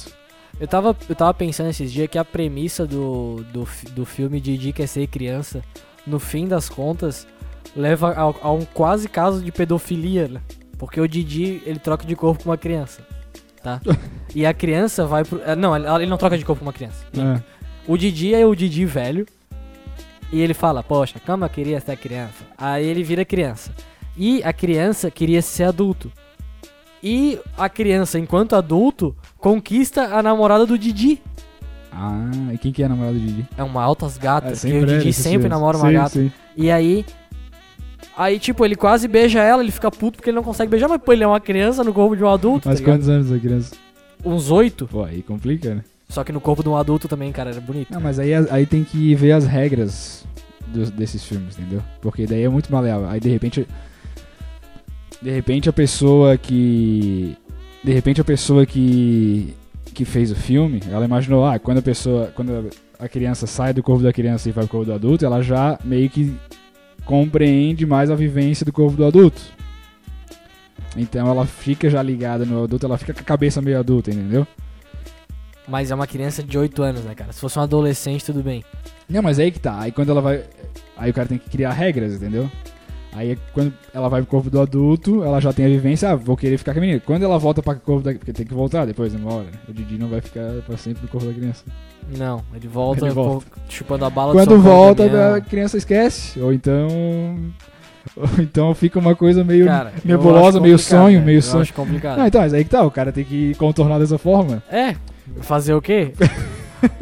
Eu tava, eu tava pensando esses dias que a premissa do, do, fi- do filme Didi quer ser criança, no fim das contas, leva a, a um quase caso de pedofilia, né? Porque o Didi, ele troca de corpo com uma criança, tá? E a criança vai pro... eh, Não, ele ele não troca de corpo com uma criança. É. O Didi é o Didi velho. E ele fala, poxa, como eu queria ser criança. Aí ele vira criança. E a criança queria ser adulto. E a criança, enquanto adulto, conquista a namorada do Didi. Ah, e quem que é a namorada do Didi? É uma altas gata, É, porque o era Didi esses sempre filmes. namora uma Sim, gata. sim. E aí. Aí, tipo, ele quase beija ela, ele fica puto porque ele não consegue beijar, mas pô, ele é uma criança no corpo de um adulto. tá Mas ligado? quantos anos a criança? Uns oito. Pô, aí complica, né? Só que no corpo de um adulto também, cara, era bonito. Não, mas aí, aí tem que ver as regras dos- desses filmes, entendeu? Porque daí é muito maleável. Aí de repente. De repente a pessoa que. De repente a pessoa que. que fez o filme, ela imaginou, ah, quando a pessoa. Quando a criança sai do corpo da criança e vai pro corpo do adulto, ela já meio que compreende mais a vivência do corpo do adulto. Então ela fica já ligada no adulto, ela fica com a cabeça meio adulta, entendeu? Mas é uma criança de 8 anos, né, cara? Se fosse um adolescente, tudo bem. Não, mas aí que tá. Aí quando ela vai. Aí o cara tem que criar regras, entendeu? Aí é quando ela vai pro corpo do adulto, ela já tem a vivência, ah, vou querer ficar com a menina. Quando ela volta pra corpo da. Porque tem que voltar depois, né, uma hora. né? O Didi não vai ficar pra sempre no corpo da criança. Não, ele volta, Ele pô, volta. chupando a bala quando do socão volta, né, do caminhão. a criança esquece. Ou então. Ou então fica uma coisa meio. Cara, eu nebulosa, acho meio complicado, sonho, velho, meio eu sonho. Acho complicado. Ah, então, mas aí que tá, o cara tem que contornar dessa forma. É, fazer o quê?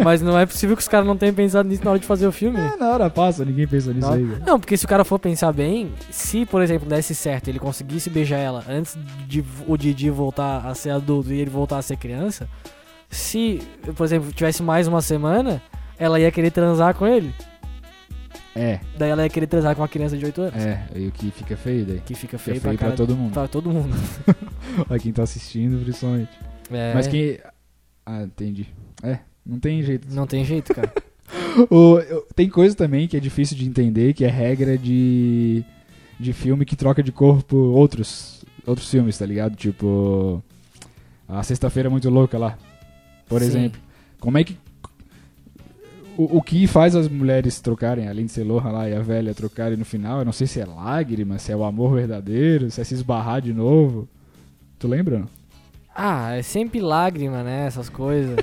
Mas não é possível que os caras não tenham pensado nisso na hora de fazer o filme. né? Ah, na hora passa, ninguém pensa nisso Não. aí. velho. Não, porque se o cara for pensar bem, se, por exemplo, desse certo, ele conseguisse beijar ela antes de o Didi voltar a ser adulto e ele voltar a ser criança, se, por exemplo, tivesse mais uma semana, ela ia querer transar com ele. É, Daí ela ia querer transar com uma criança de 8 anos. é. E o que fica feio daí? Que fica Fica feio, feio pra, pra cara, todo mundo. pra todo mundo. Pra quem tá assistindo, principalmente. É, Mas quem. Ah, entendi. É, não tem jeito. Não tem jeito, cara. O- eu- tem coisa também que é difícil de entender, que é regra de. de filme que troca de corpo outros. outros filmes, tá ligado? Tipo. A Sexta-feira é Muito Louca lá. Por Sim. exemplo. Como é que. O, o que faz as mulheres trocarem, a Lindsay Lohan lá e a velha trocarem no final, eu não sei se é lágrima, se é o amor verdadeiro, se é se esbarrar de novo. Tu lembra? não? Ah, é sempre lágrima, né? Essas coisas.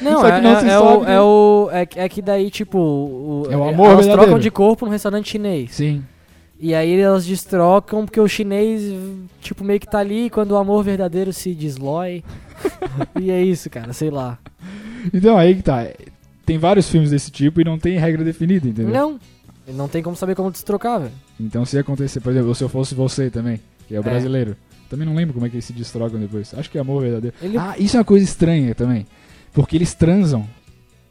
Não, Só que é, não é- se é sabe, o, né? é o. É que- é que daí, tipo. o- É o amor Elas verdadeiro. trocam de corpo num restaurante chinês. Sim. E aí elas destrocam porque o chinês, tipo, meio que tá ali quando o amor verdadeiro se deslói. e é isso, cara, sei lá. Então, aí que tá. Tem vários filmes desse tipo e não tem regra definida, entendeu? Não, não tem como saber como destrocar, velho. Então, se acontecer, por exemplo, se eu fosse você também, que é o É. brasileiro, também não lembro como é que eles se destrogam depois. Acho que é amor verdadeiro. Ele- Ah, isso é uma coisa estranha também. Porque eles transam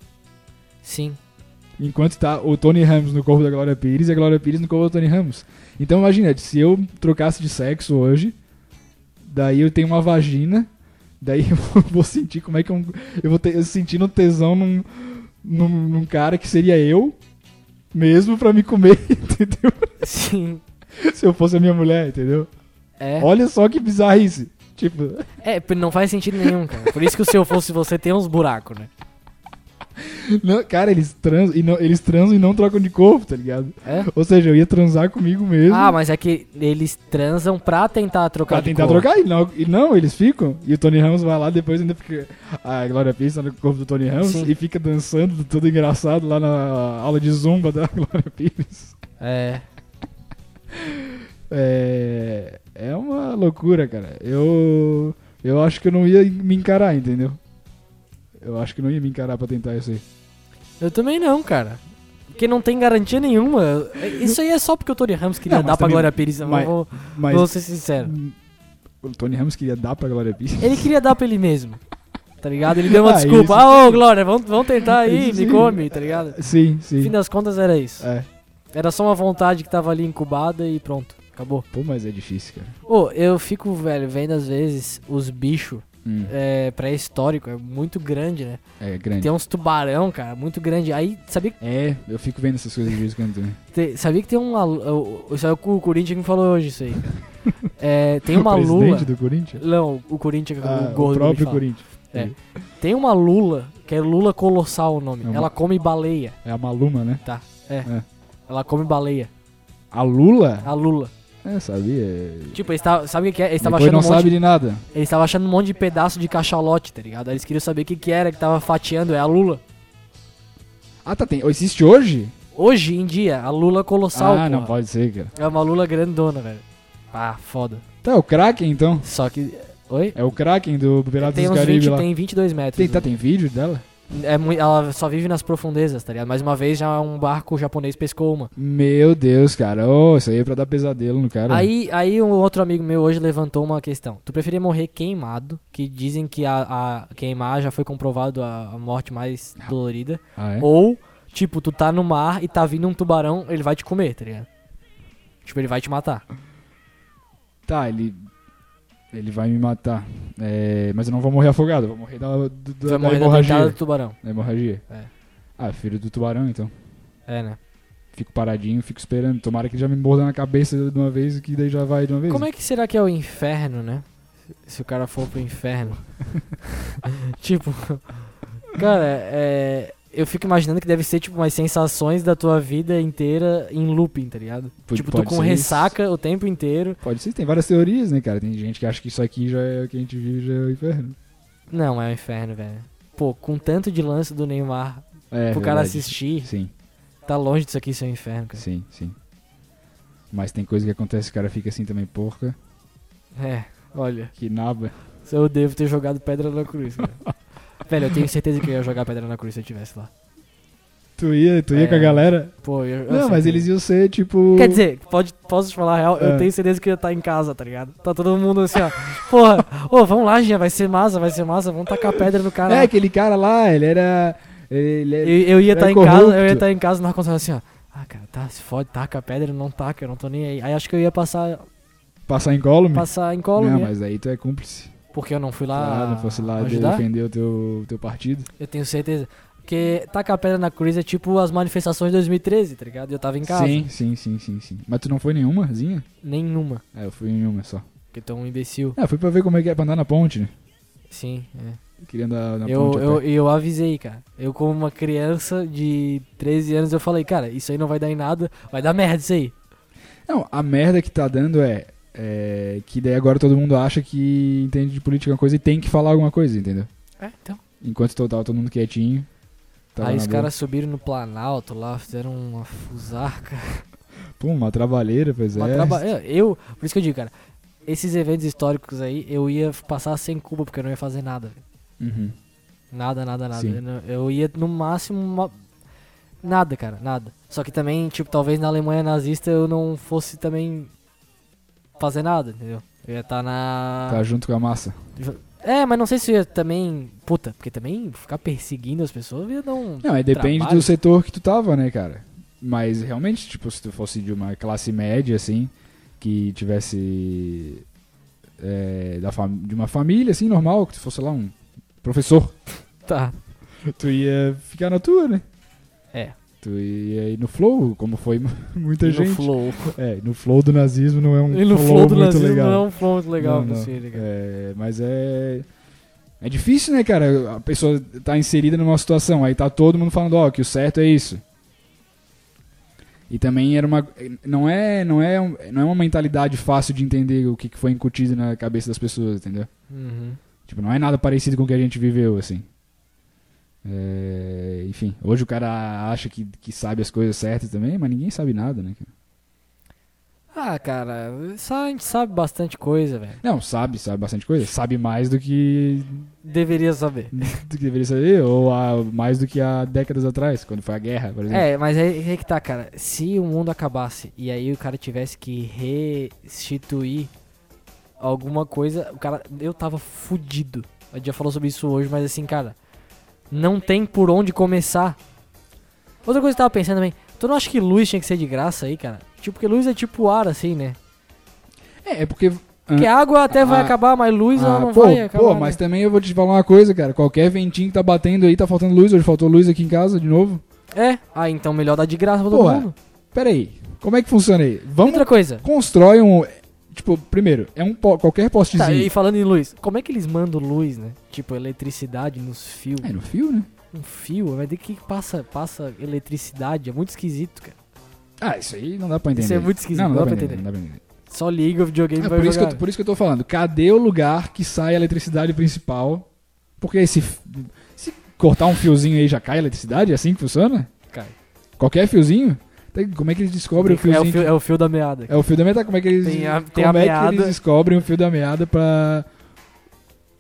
Sim. enquanto tá o Tony Ramos no corpo da Glória Pires e a Glória Pires no corpo do Tony Ramos. Então, imagina, se eu trocasse de sexo hoje, daí eu tenho uma vagina, daí eu vou sentir como é que eu. Eu vou ter, eu sentindo tesão num, num, num cara que seria eu mesmo pra me comer, entendeu? Sim. Se eu fosse a minha mulher, entendeu? É. Olha só que bizarrice. Tipo, É, p- não faz sentido nenhum, cara. Por isso que o se eu fosse você tem uns buracos, né? não- cara, eles transam, e não, eles transam e não trocam de corpo, tá ligado? É? Ou seja, eu ia transar comigo mesmo. Ah, mas é que eles transam pra tentar trocar Pra de tentar corpo. trocar, e não, e não, eles ficam. E o Tony Ramos vai lá depois ainda porque a Glória Pires tá no corpo do Tony Ramos Sim. e fica dançando, todo engraçado, lá na aula de zumba da Glória Pires. É. É, é uma loucura, cara. Eu, eu acho que eu não ia me encarar, entendeu? Eu acho que eu não ia me encarar pra tentar isso aí. Eu também não, cara. Porque não tem garantia nenhuma. Isso aí é só porque o Tony Ramos queria Não, mas dar pra também- Glória Pires. eu mas- vou, Mas hum, vou ser sincero. o Tony Ramos queria dar pra Glória Pires. Ele queria dar pra ele mesmo. Tá ligado? Ele deu uma Ah, desculpa. isso Ah, ô, Glória, vamos, vamos tentar aí, Isso me sim. come, tá ligado? Sim, No sim. fim das contas era isso. É. Era só uma vontade que tava ali incubada e pronto. Acabou. Pô, mas é difícil, cara. Ô, eu fico, velho, vendo às vezes os bichos Hum, é, pré-históricos. É muito grande, né? é grande. Tem uns tubarão, cara, muito grande. Aí, sabia É, eu fico vendo essas coisas de vez em quando também. Te- sabia que tem um alu- o- Isso é o que o Corinthians que me falou hoje isso aí. cara. É, tem uma o lua. presidente do Corinthians? Não, o Corinthians, Ah, o gordo. o que eu vou te próprio falar. Corinthians. É. Tem uma Lula, que é Lula Colossal o nome. É uma- Ela come baleia, É a Maluma, né? tá? É. É. Ela come baleia. A Lula? A Lula. É, sabia. Tipo, eles tavam- sabe o que que é? Eles estavam Depois achando, não um monte- sabe de nada. eles tavam achando um monte de pedaço de cachalote, tá ligado? Aí Eles queriam saber o que, que era que tava fatiando. É a Lula. Ah, tá, tem. Existe hoje? Hoje em dia, a Lula é Colossal. ah, não porra. pode ser, cara. É uma Lula grandona, velho. Ah, foda. Tá, é o Kraken então. Só que. Oi? É o Kraken do Piratas Tem dos uns Caribe 20, lá. tem 22 metros. Tem, tá, tem vídeo dela? É mui- ela só vive nas profundezas, tá ligado? Mais uma vez, já um barco japonês pescou uma. Meu Deus, cara. Oh, isso aí é pra dar pesadelo no cara. Aí, aí um outro amigo meu hoje levantou uma questão. Tu preferia morrer queimado, que dizem que a, a queimar já foi comprovado a, a morte mais dolorida, Ah, é? ou tipo, tu tá no mar e tá vindo um tubarão, ele vai te comer, tá ligado? Tipo, ele vai te matar. Tá, ele. Ele vai me matar. É, mas eu não vou morrer afogado, eu vou morrer da, do- Tu do- vai da morrer da hemorragia. dentada do tubarão. Da hemorragia. É. Ah, filho do tubarão, então. É, né? Fico paradinho, fico esperando. Tomara que ele já me morda na cabeça de uma vez e que daí já vai de uma vez. Como é que será que é o inferno, né? Se o cara for pro inferno. tipo, cara, é, eu fico imaginando que deve ser tipo umas sensações da tua vida inteira em looping, tá ligado? Pode- tipo, tu pode com ser ressaca o tempo inteiro. Pode ser, tem várias teorias, né, cara? Tem gente que acha que isso aqui já é o que a gente vive, já é o inferno. Não, é o inferno, velho. Pô, com tanto de lance do Neymar É, pro cara verdade. assistir, Sim, tá longe disso aqui ser um inferno, cara. sim, sim. Mas tem coisa que acontece, o cara fica assim também, porca. É, olha, Que naba. eu devo ter jogado pedra na cruz, cara. velho, eu tenho certeza que eu ia jogar pedra na cruz se eu tivesse lá. Tu ia, tu ia É. com a galera? Pô, eu, eu Não, mas certeza. eles iam ser, tipo... Quer dizer, pode, posso te falar a real, eu É. tenho certeza que eu ia estar em casa, tá ligado? Tá todo mundo assim, ó. Porra, ô, vamos lá, gente, vai ser massa, vai ser massa, vamos tacar pedra no cara. É, aquele cara lá, ele era... Ele eu, era... eu ia é estar em corrupto. casa, eu ia estar em casa no ar-condicionado assim, ó. Ah, cara, tá, se fode, taca a pedra, não taca, eu não tô nem aí. Aí acho que eu ia passar, Passar em Gollum? passar em colo, Não, né? mas aí tu é cúmplice. Porque eu não fui lá. Ah, não fosse lá de ajudar. defender o teu, teu partido. Eu tenho certeza. Porque tacar pedra na cruz é tipo as manifestações de 2013, tá ligado? Eu tava em casa. Sim, sim, sim, sim, sim. Mas tu não foi nenhumazinha? Nenhuma. É, eu fui em uma só. Porque eu tô um imbecil. É, eu fui pra ver como é que é pra andar na ponte, né? Sim, é. Eu Queria andar na Eu, ponte. a eu, pé. eu avisei, cara. Eu, como uma criança de 13 anos, eu falei, cara, isso aí não vai dar em nada, vai dar merda isso aí. Não, a merda que tá dando é, é que daí agora todo mundo acha que entende de política uma coisa e tem que falar alguma coisa, entendeu? É, então. Enquanto total todo mundo quietinho. tava aí na os boa. caras subiram no Planalto lá, fizeram uma fusarca. Pum, uma trabalheira, pois Uma é. traba- É, Eu, por isso que eu digo, cara, esses eventos históricos aí, eu ia passar sem Cuba, porque eu não ia fazer nada. velho. Uhum. Nada, nada, nada. Sim. Eu, não- eu ia no máximo. uma- Nada, cara, nada. Só que também, tipo, talvez na Alemanha nazista eu não fosse também fazer nada, entendeu? Eu ia estar na. Tá junto com a massa. É, mas não sei se eu ia também. Puta, porque também ficar perseguindo as pessoas ia dar um. Não, é depende Trabalho. do setor que tu tava, né, cara? Mas realmente, tipo, se tu fosse de uma classe média, assim, que tivesse. é, da fam- de uma família, assim, normal, que tu fosse lá um professor, Tá. tu ia ficar na tua, né? É. Tu ia ir no flow, como foi mu- muita E gente. no flow. É, no flow do nazismo não é um E no flow, flow do muito nazismo legal. não é um flow muito legal Não, pra não. você, legal. É, mas é. É difícil, né, cara? A pessoa tá inserida numa situação, aí tá todo mundo falando, ó, que o certo é isso. E também era uma. Não é, não é, um- não é uma mentalidade fácil de entender o que que foi incutido na cabeça das pessoas, entendeu? Uhum. Tipo, não é nada parecido com o que a gente viveu, assim. É, enfim, hoje o cara acha que, que sabe as coisas certas também, mas ninguém sabe nada, né? cara? Ah, cara, isso a gente sabe bastante coisa, velho. Não, sabe, sabe bastante coisa. Sabe mais do que Deveria saber. do que deveria saber, ou há mais do que há décadas atrás, quando foi a guerra, por exemplo. É, mas aí aí que tá, cara. Se o mundo acabasse e aí o cara tivesse que restituir alguma coisa, o cara. Eu tava fudido. A gente já falou sobre isso hoje, mas assim, cara. Não tem por onde começar. Outra coisa que eu tava pensando também. Tu não acha que luz tinha que ser de graça aí, cara? Tipo, porque luz é tipo ar, assim, né? É, é, porque. Porque água até vai Ah, acabar, mas luz ela Ah, não pô, vai acabar. pô, né? mas também eu vou te falar uma coisa, cara. Qualquer ventinho que tá batendo aí, tá faltando luz. Hoje faltou luz aqui em casa de novo. É, ah, então melhor dar de graça pra todo Porra, mundo. Pera aí, como é que funciona aí? Vamos Outra coisa. constrói um. Tipo, primeiro, é um po- qualquer postezinho. Tá, e falando em luz, como é que eles mandam luz, né? Tipo, eletricidade nos fios. É, no fio, né? Um fio, mas de que passa, passa eletricidade? É muito esquisito, cara. Ah, isso aí não dá pra entender. Isso é muito esquisito, não, não, não dá dá pra pra entender. Não dá pra entender. Só liga o videogame É, e vai por, isso que eu, jogar. tô- por isso que eu tô falando. Cadê o lugar que sai a eletricidade principal? Porque se, f- se cortar um fiozinho aí já cai a eletricidade? É assim que funciona? Cai. Qualquer fiozinho? Tem- como é que eles descobrem o Tem- é, fiozinho? o fio, é o fio da meada. É o fio da meada, como é que eles, Tem a- tem como a é que meada. eles descobrem o fio da meada pra,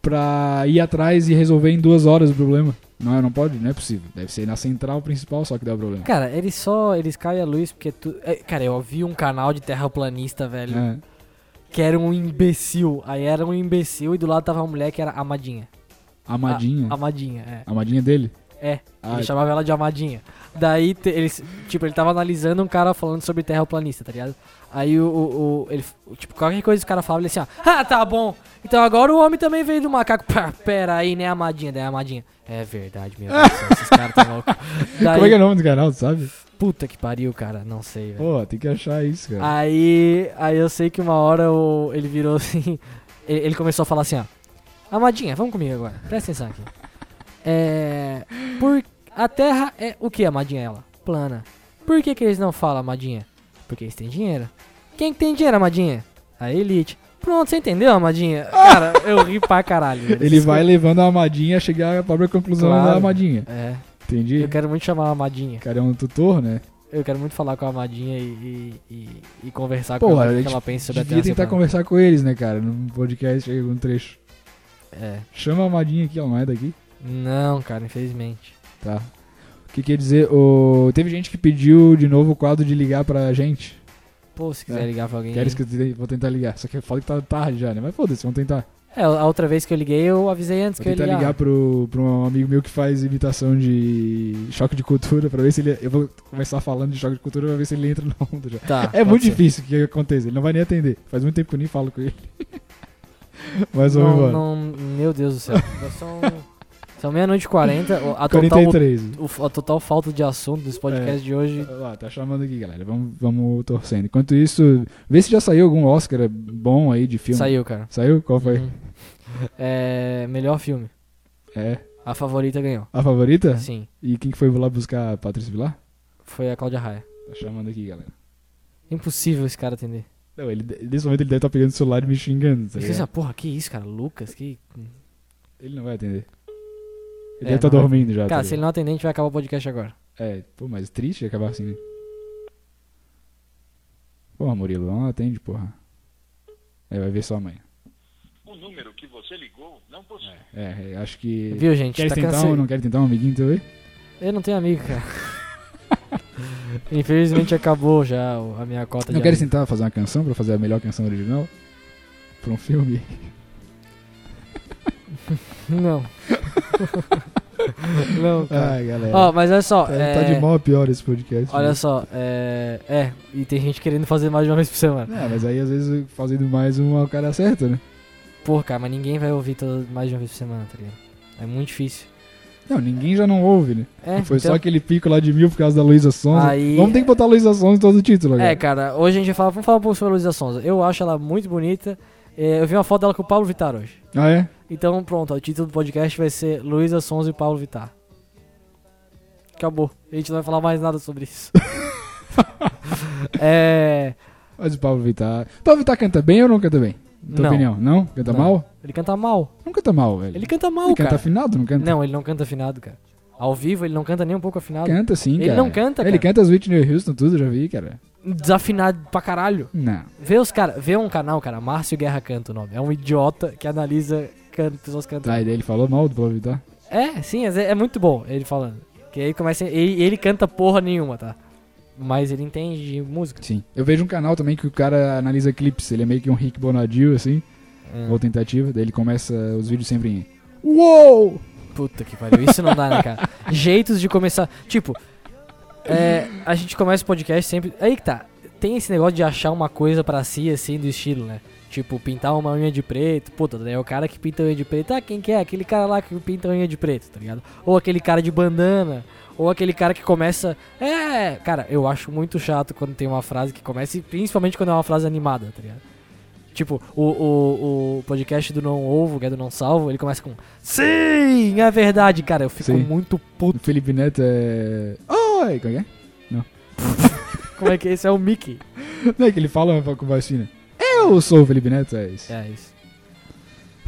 pra ir atrás e resolver em duas horas o problema? Não, é- não pode, não é possível. Deve ser na central principal só que dá o problema. Cara, eles só. Eles caem a luz porque tu. é, Cara, eu vi um canal de terraplanista, velho. É. Que era um imbecil. Aí era um imbecil e do lado tava uma mulher que era amadinha. Amadinha. A- amadinha, é. Amadinha dele? É, Ah, ele chamava ela de Amadinha. Daí, te- eles, tipo, ele tava analisando um cara falando sobre terraplanista, tá ligado? Aí o, o- o- ele, tipo, qualquer coisa que o cara falava, ele assim, ó, ah, tá bom. Então agora o homem também veio do macaco. Pá, pera aí, né, Amadinha? Daí a Amadinha, é verdade, meu Deus, do céu, esses caras tão loucos. Daí, Como é que é o nome do canal, tu sabe? puta que pariu, cara, não sei, velho. Pô, tem que achar isso, cara. Aí, aí eu sei que uma hora o- ele virou assim. Ele, ele começou a falar assim, ó. Amadinha, vamos comigo agora. Presta atenção aqui. É. Por, a Terra é o que, Amadinha? Ela? Plana. Por que, que eles não falam, Amadinha? Porque eles têm dinheiro. Quem que tem dinheiro, Amadinha? A elite. Pronto, você entendeu, Amadinha? Cara, eu ri pra caralho. velho. Ele vai levando a amadinha a chegar à própria conclusão Claro. da amadinha. É. Entendi? Eu quero muito chamar a Amadinha. O cara é um tutor, né? Eu quero muito falar com a Amadinha e, e- e- e conversar com ela. Porra, a o que gente ela pensa sobre a Devia Terra. ser tentar plana. conversar com eles, né, cara? Num podcast, aí, um trecho. É. Chama a amadinha aqui, ó, não é daqui? Não, cara, infelizmente. Tá. O que quer dizer? O... Teve gente que pediu de novo o quadro de ligar pra gente. Pô, se quiser É. ligar pra alguém. Queres que eu te- vou tentar ligar? Só que eu falo que tá tarde já, né? Mas foda-se, vamos tentar. É, a outra vez que eu liguei, eu avisei antes Vou que eu ia tentar ligar. ligar pro, pro um amigo meu que faz imitação de choque de cultura pra ver se ele. Eu vou começar falando de choque de cultura pra ver se ele entra na onda já. Tá, É pode muito ser. difícil que aconteça, ele não vai nem atender. Faz muito tempo que eu nem falo com ele. Mas vamos Não, embora. não, meu Deus do céu. Já São, são meia-noite e quarenta. A total, 43. o- a total falta de assunto dos podcasts de hoje. Ó, tá chamando aqui, galera. Vamos, vamos torcendo. Enquanto isso, vê se já saiu algum Oscar bom aí de filme. Saiu, cara. Saiu? Qual foi? Uhum. É, melhor filme. É. A favorita ganhou. A favorita? Sim. E quem que foi lá buscar a Patrícia Vilar? Foi a Cláudia Raia. Tá chamando aqui, galera. Impossível esse cara atender. Não, ele, nesse momento ele deve estar pegando o celular e me xingando. Ele tá ligado? fez, ah, porra, que isso, cara? Lucas, que. Ele não vai atender. É, Ele deve tá não vai- dormindo já. Cara, tá se ele ligado? não atender, a gente vai acabar o podcast agora. É, pô, mas triste acabar assim, né? Porra, Murilo, não atende, porra. É, vai ver só amanhã. O número que você ligou não possui. É, é, acho que. Viu, gente? Quer tá tentar cansa- ou não quer tentar um amiguinho também? Eu não tenho amigo, cara. Infelizmente acabou já o- a minha cota Não de queres amigo. tentar fazer uma canção pra fazer a melhor canção original? Pra um filme? Não. não, cara. Ai, galera. Ó, mas olha só. tá, é, tá de mó a pior esse podcast. Olha né? só, é... é. E tem gente querendo fazer mais de uma vez por semana. É, mas aí às vezes fazendo mais um o cara acerta, né? Porra, cara, mas ninguém vai ouvir todo... mais de uma vez por semana, tá ligado? É muito difícil. Não, ninguém já não ouve, né? É, Foi então- só aquele pico lá de mil por causa da Luísa Sonza. Aí- Vamos ter que botar a Luísa Sonza em todo o título agora. É, cara, hoje a gente vai falar. Vamos falar um pouco sobre a Luísa Sonza. Eu acho ela muito bonita. É, Eu vi uma foto dela com o Paulo Vittar hoje. Ah, é? Então, pronto, ó, o título do podcast vai ser Luísa Sonza e Paulo Vittar. Acabou. A gente não vai falar mais nada sobre isso. é. Mas o Pablo Vittar. Pablo Vittar canta bem ou não canta bem? Na tua Não. opinião? Não? Canta Não. mal? Ele canta mal. Não canta mal, velho. Ele canta mal, Ele cara. canta afinado, não canta? Não, ele não canta afinado, cara. Ao vivo ele não canta nem um pouco afinado. Canta sim, Ele cara. não canta, Ele cara. canta as Whitney Houston, tudo, já vi, cara. Desafinado pra caralho. Não. Vê os cara, vê um canal, cara, Márcio Guerra Canta o nome. É um idiota que analisa can- pessoas cantando. Tá, e daí ele falou mal do Pablo Vittar. É, sim, é, é muito bom ele falando. Que aí começa. Ele, ele canta porra nenhuma, tá? Mas ele entende de música. Sim. Eu vejo um canal também que o cara analisa clipes. Ele é meio que um Rick Bonadio, assim, Hum. ou tentativa. Daí ele começa os vídeos sempre em. Uou! Puta que pariu, isso não dá, né, cara? Jeitos de começar. Tipo, é, a gente começa o podcast sempre. Aí que tá. Tem esse negócio de achar uma coisa pra si, assim, do estilo, né? Tipo, pintar uma unha de preto. Puta, daí é o cara que pinta unha de preto. Ah, quem que é? Aquele cara lá que pinta unha de preto, tá ligado? Ou aquele cara de bandana. Ou aquele cara que começa. É. Cara, eu acho muito chato quando tem uma frase que começa. e Principalmente quando é uma frase animada, tá ligado? Tipo, o, o, o podcast do Não Ovo, que é do Não Salvo, ele começa com Sim, é verdade, cara. Eu fico Sim. muito puto. O Felipe Neto é. Oi! Como é que Como é que é? Esse é o Mickey. é? Não é que ele fala com voz fina. né? Eu sou o Felipe Neto, é isso. É isso.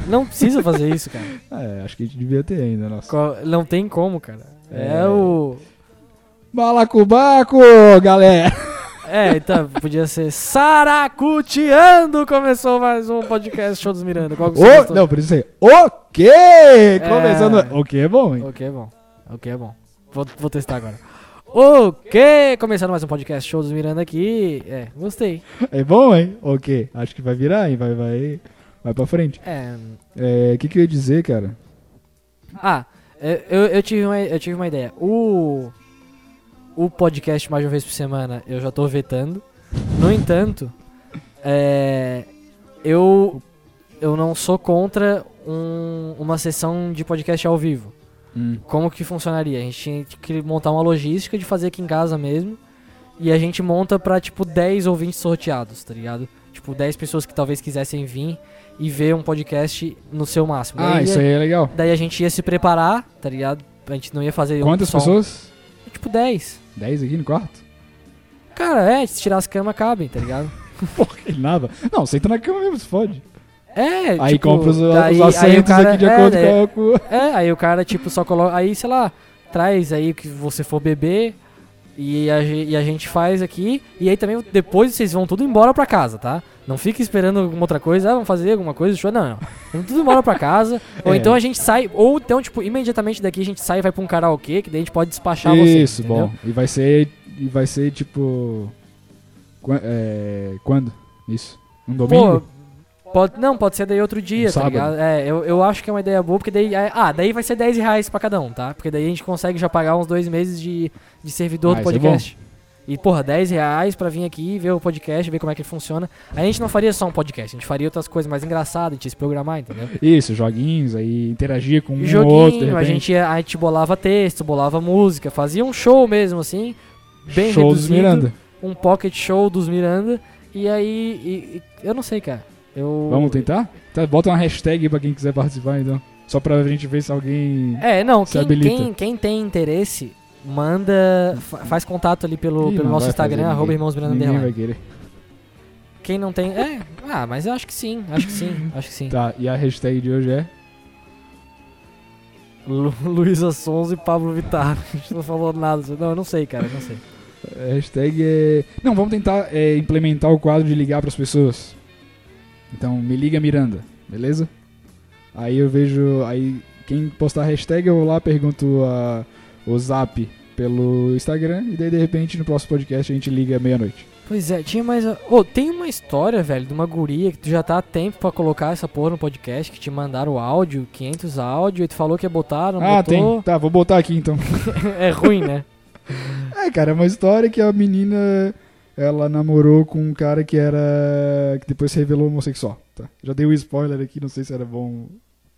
Não precisa fazer isso, cara. Ah, é, acho que a gente devia ter ainda, né? nossa. Co- Não tem como, cara. É, É. o. Balacubaco, galera! É, então, podia ser Saracuteando! Começou mais um podcast Show dos Miranda. Qual que você Ô, gostou? não, por isso aí. O quê? É. Começando. O que é bom, hein? O que é bom. O que é bom. Vou, vou testar agora. Ok, começando mais um podcast Show dos Miranda aqui. É, gostei. É bom, hein? O quê? Acho que vai virar, hein? Vai, vai. Vai pra frente. É. É, o que, que eu ia dizer, cara? Ah, é, eu, eu, tive uma, eu tive uma ideia. O. O podcast mais de uma vez por semana eu já tô vetando. No entanto, é, eu. Eu não sou contra um- uma sessão de podcast ao vivo. como que funcionaria? A gente tinha que montar uma logística de fazer aqui em casa mesmo. E a gente monta pra, tipo, 10 ouvintes sorteados, tá ligado? Tipo, 10 pessoas que talvez quisessem vir e ver um podcast no seu máximo. Ah, daí, isso aí é legal. Daí a gente ia se preparar, tá ligado? A gente não ia fazer um Quantas som. pessoas? Tipo, 10. 10 aqui no quarto? Cara, é, se tirar as camas, cabem, tá ligado? Porra, que nada. Não, senta na cama mesmo, se fode. É, aí tipo, compra os, os daí- aí o assentos cara- aqui de é, acordo daí- com a... com- É, aí o cara, tipo, só coloca. Aí, sei lá, traz aí o que você for beber. E a, ge- e a gente faz aqui. E aí também depois vocês vão tudo embora pra casa, tá? Não fica esperando alguma outra coisa. Ah, vamos fazer alguma coisa, show. Não, não. Vamos tudo embora pra casa. Ou É. então a gente sai. Ou então, tipo, imediatamente daqui a gente sai e vai pra um karaokê. Que daí a gente pode despachar vocês. Isso, entendeu? bom. E vai ser, e vai ser tipo... quan- é, Quando? Isso. Um domingo? Um Pô, pode, não, pode ser daí outro dia, tá sábado. ligado? É, eu, eu acho que é uma ideia boa, porque daí. é, ah, daí vai ser 10 reais pra cada um, tá? Porque daí a gente consegue já pagar uns dois meses de, de servidor do Ah, isso é podcast. e, porra, 10 reais pra vir aqui ver o podcast, ver como é que ele funciona. Aí a gente não faria só um podcast, a gente faria outras coisas mais engraçadas, a gente ia se programar, entendeu? Isso, joguinhos, aí interagir com um E ou outro, de joguinho, a repente. gente, ia- a gente bolava texto, bolava música, fazia um show mesmo, assim, bem Show dos reduzido. Miranda. Um pocket show dos Miranda. E aí. e- e- eu não sei, cara. Eu, Vamos tentar? Tá, bota uma hashtag aí pra quem quiser participar, então. Só pra gente ver se alguém... É, não, Se quem, habilita. quem- quem tem interesse, manda. fa- faz contato ali pelo, Ih, pelo não nosso vai Instagram, fazer arroba ninguém. irmãos Miranda Ninguém vai Underline. querer. Quem não tem. É, ah, mas eu acho que sim, acho que sim, acho que sim. Tá, e a hashtag de hoje é... Lu- Luísa Sons e Pablo Vittar. A gente não falou nada. Não, eu não sei, cara, eu não sei. A Hashtag é. Não, vamos tentar é, implementar o quadro de ligar pras pessoas. Então, me liga Miranda, beleza? Aí eu vejo. Aí quem postar a hashtag eu vou lá, pergunto a, o zap pelo Instagram. E daí de repente no próximo podcast a gente liga meia-noite. Pois é, tinha mais. Ô, tem uma história, velho, de uma guria que tu já tá há tempo pra colocar essa porra no podcast, que te mandaram áudio, 500 áudio, e tu falou que ia botar, não ah, tem. botou. Tá, vou botar aqui então. é ruim, né? É, cara, é uma história que a menina. Ela namorou com um cara que era. que depois se revelou homossexual. Tá? Já dei o spoiler aqui, não sei se era bom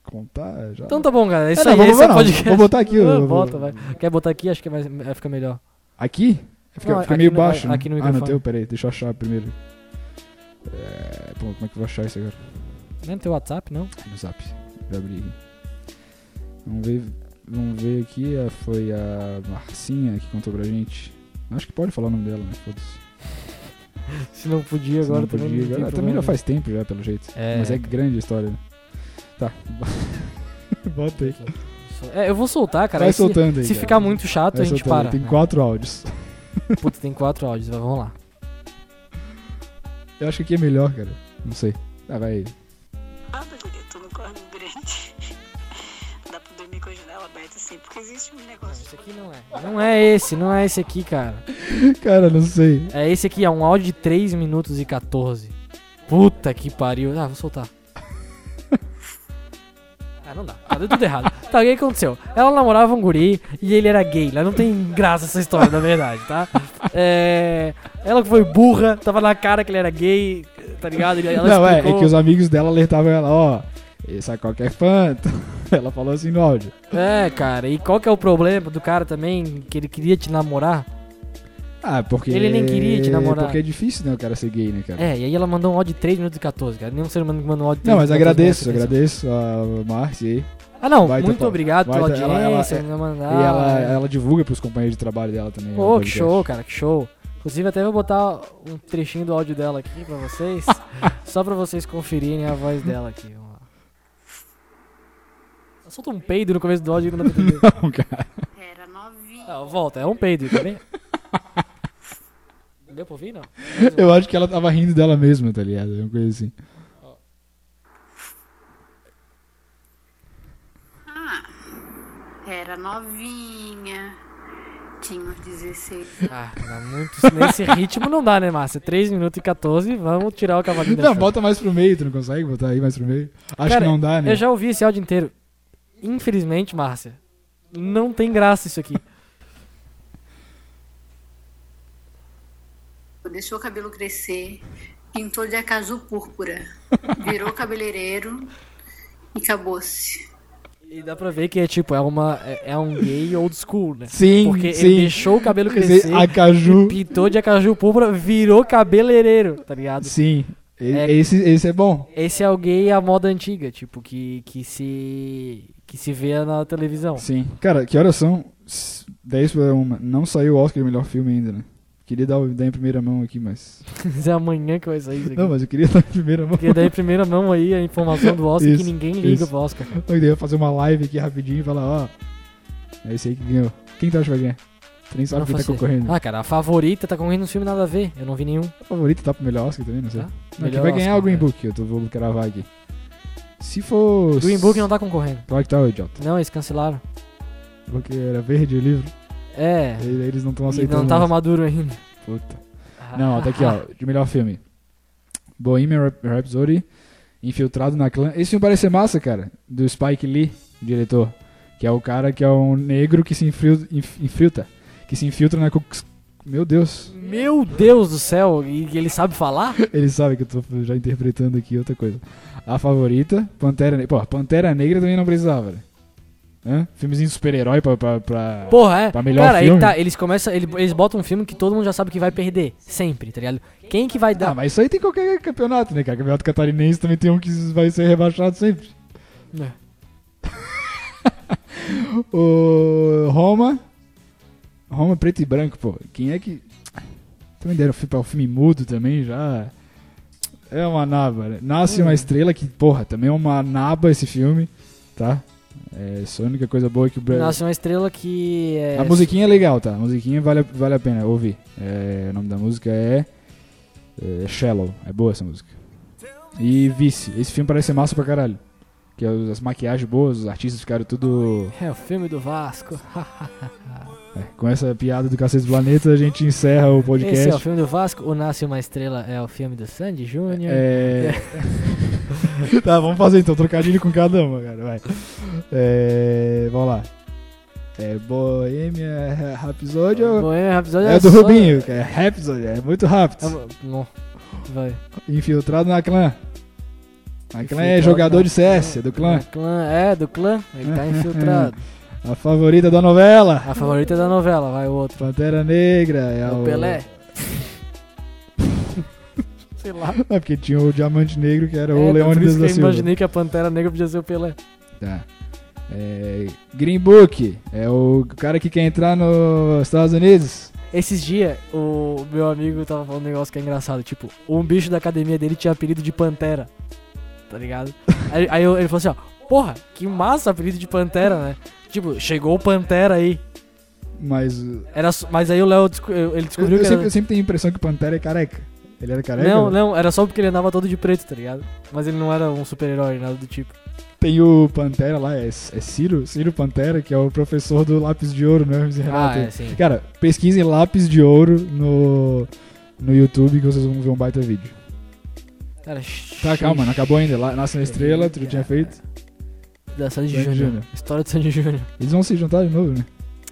contar. Já... Então tá bom, cara. é É, Isso não, aí, vou, esse é botar, o não. podcast. Vou botar aqui. Ah, eu- bota, vai. Quer botar aqui? Acho que é mais, é, fica melhor. Aqui? Fica, Não, fica aqui meio no- baixo. né? aqui no ah, não microfone. tem? Pera aí, deixa eu achar primeiro. É, pô, como é que eu vou achar isso agora? Não é no teu WhatsApp, não? No zap. Pra abrir aqui. Vamos ver, vamos ver aqui. ah, Foi a Marcinha que contou pra gente. Acho que pode falar o nome dela, né? Foda-se. Se não podia, Se não agora também podia, não tem agora- também problema. já faz tempo, já, pelo jeito. É, Mas é cara. grande a história. né? Tá. Bota aí. É, eu vou soltar, cara. Vai e se, soltando aí. se cara. ficar muito chato, Vai a gente soltando aí. para. Tem né? quatro áudios. Putz, tem quatro áudios, vai, vamos lá. Eu acho que aqui é melhor, cara. Não sei. Ah, vai. Nada, guria, tu não corre muito grande. Dá pra dormir com a janela aberta assim, porque existe um negócio. Esse aqui não é. Não é esse, não é esse aqui, cara. Cara, não sei. É esse aqui, é um áudio de 3 minutos e 14. Puta que pariu. Ah, vou soltar. Ah, não dá. Tá deu tudo errado. Tá, o que aconteceu? Ela namorava um guri e ele era gay. Lá não tem graça essa história, na verdade, tá? É... Ela que foi burra, tava na cara que ele era gay, tá ligado? E Ela não, é, explicou- é que os amigos dela alertavam ela, ó, esse é qualquer fanto. Ela falou assim no áudio. É, cara, e qual que é o problema do cara também, que ele queria te namorar? Ah, porque. Ele nem queria te namorar. Porque é difícil, né, o cara ser gay, né, cara? É, e aí ela mandou um áudio de 3 minutos e 14, cara. Nenhum ser humano que mandou um áudio de Não, 3 mas minutos agradeço, merece atenção. agradeço a Márcia aí. Ah, não, Baita muito pau. obrigado pela Baita- ela- ela- audiência. é- me mandar. e ela, ela divulga pros companheiros de trabalho dela também. né, Tá. Pô, o que podcast. show, cara, que show. Inclusive, até vou botar um trechinho do áudio dela aqui pra vocês, só pra vocês conferirem a voz dela aqui. Vamos lá. Ela solta um peido no começo do áudio que não dá pra entender. Não, cara. Era novinha. Não, volta, é um peido, tá vendo? Deu pra ouvir, não? Eu acho que ela tava rindo dela mesma, tá ligado? Uma coisa assim. Era novinha. Tinha uns 16 Ah, dá muito... Nesse ritmo não dá, né, Márcia? 3 minutos e 14, vamos tirar o cavalinho da Não, chuva. bota mais pro meio, tu não consegue botar aí mais pro meio? Acho Cara, que não dá, né? Eu já ouvi esse áudio inteiro. Infelizmente, Márcia, não tem graça isso aqui. Deixou o cabelo crescer, pintou de acaso púrpura, virou cabeleireiro e acabou-se. E dá pra ver que é tipo, é, uma, é, é um gay old school, né? Sim, Porque sim. ele deixou o cabelo Esse crescer, Acaju. pintou de acaju púrpura, virou cabeleireiro, tá ligado? Sim. E- É- Esse, esse é bom. Esse é o gay à moda antiga, tipo, que, que se. que se vê na televisão. Sim. Cara, que horas são? S- 10 para 1. Não saiu o Oscar de melhor filme ainda, né? Queria dar, o- dar em primeira mão aqui, mas. Mas é amanhã que vai sair isso aqui. Não, mas eu queria dar em primeira mão. Porque daí, primeira mão aí, a informação do Oscar, Isso, que ninguém liga isso. pro Oscar. cara. Eu ia fazer uma live aqui rapidinho e falar, ó. É esse aí que ganhou. Quem tu acha que vai ganhar? Tu nem sabe Não quem tá faço- concorrendo. Ah, cara, a favorita tá concorrendo um filme nada a ver. Eu não vi nenhum. O favorito tá pro melhor Oscar também, não sei. Ah. Tá. Não, quem Melhor vai ganhar é o Oscar, Green cara. Book, eu tô, vou gravar aqui. Se for. Green Book não tá concorrendo. Claro que tá, ô idiota. Não, eles cancelaram. Porque era verde o livro, É. e aí eles não estão E aceitando. não tava mais. maduro ainda. Puta. Não, ó, tá aqui, ó. De melhor filme. Bohemian Rhap- Rhapsody, Infiltrado na Clã. Esse filme parece ser massa, cara. Do Spike Lee, diretor. Que é o cara que é um negro que se infil- inf- infiltra. Que se infiltra na... Ku Klux- Meu Deus. Meu Deus do céu, e ele sabe falar? Ele sabe que eu tô já interpretando aqui outra coisa. A favorita, Pantera Negra. Pô, Pantera Negra também não precisava, né? Hã? Filmezinho de super-herói pra... pra, pra... Porra, é. Pra melhor Cara, aí filme. tá, eles começam, ele- eles botam um filme que todo mundo já sabe que vai perder, sempre, tá ligado? Quem que vai Ah, dar? mas isso aí tem qualquer campeonato, né, cara? Campeonato catarinense também tem um que vai ser rebaixado sempre. É. o Roma. Roma preto e branco, pô. Quem é que. Também deram fi- pra o filme mudo também já. É uma naba, né? Nasce uma estrela que, porra, também é uma naba esse filme, tá? É só a única coisa boa que o Brasil. Nasce uma estrela que é A musiquinha é legal, tá? A musiquinha vale, a- vale a pena ouvir. É, o nome da música é, é Shallow. É boa essa música. E Vice. Esse filme parece ser massa pra caralho. Que é os- as maquiagens boas, os artistas ficaram tudo... é o filme do Vasco. é, com essa piada do Cacete do Planeta, a gente encerra Esse é o o podcast. filme do Vasco, o Nasce uma estrela é o filme do Sandy Júnior. É... tá, vamos fazer então. Trocadilho com cada uma, cara. Vai. É, Vamos lá. É Bohemia Rhapsody ou... Bohemian Rhapsody É do só- Rubinho, que é Rhapsody, é muito rápido. É uma- Não. Vai. Infiltrado na clã. A clã é Infiltrado jogador na de CS, é do clã. É, clã- É, do clã. Ele tá infiltrado. A favorita da novela. A favorita da novela, vai o outro. Pantera Negra. É o o Pelé. Sei lá. É porque tinha o Diamante Negro, que era o É, por Leônidas isso que da eu Silva. imaginei que a Pantera Negra podia ser o Pelé. Tá. É, Green Book. É o cara que quer entrar nos Estados Unidos. Esses dias, o meu amigo tava falando um negócio que é engraçado. Tipo, um bicho da academia dele tinha apelido de Pantera. Tá ligado? Aí, aí eu- ele falou assim, ó, porra, que massa apelido de Pantera, né? Tipo, chegou o Pantera aí. Mas uh, Era, só- mas aí o Léo desco- eu- ele eu, descobriu eu que sempre, era... eu sempre tenho a impressão que o Pantera é careca. Ele era careca? não, né? não, era só porque ele andava todo de preto, tá ligado? Mas ele não era um super-herói, nada do tipo. Tem o Pantera lá, é, é Ciro? Ciro Pantera, que é o professor do Lápis de Ouro, né? Hermes e Ah, Renato. é, sim. Cara, pesquisem lápis de ouro no, no YouTube que vocês vão ver um baita vídeo. Cara, Tá, xixi, calma, não acabou ainda. Lá, Nasce na Estrela, tu tinha feito. Da Sandy Sandy Júnior. Júnior. História do Sandy Júnior. Eles vão se juntar de novo, né?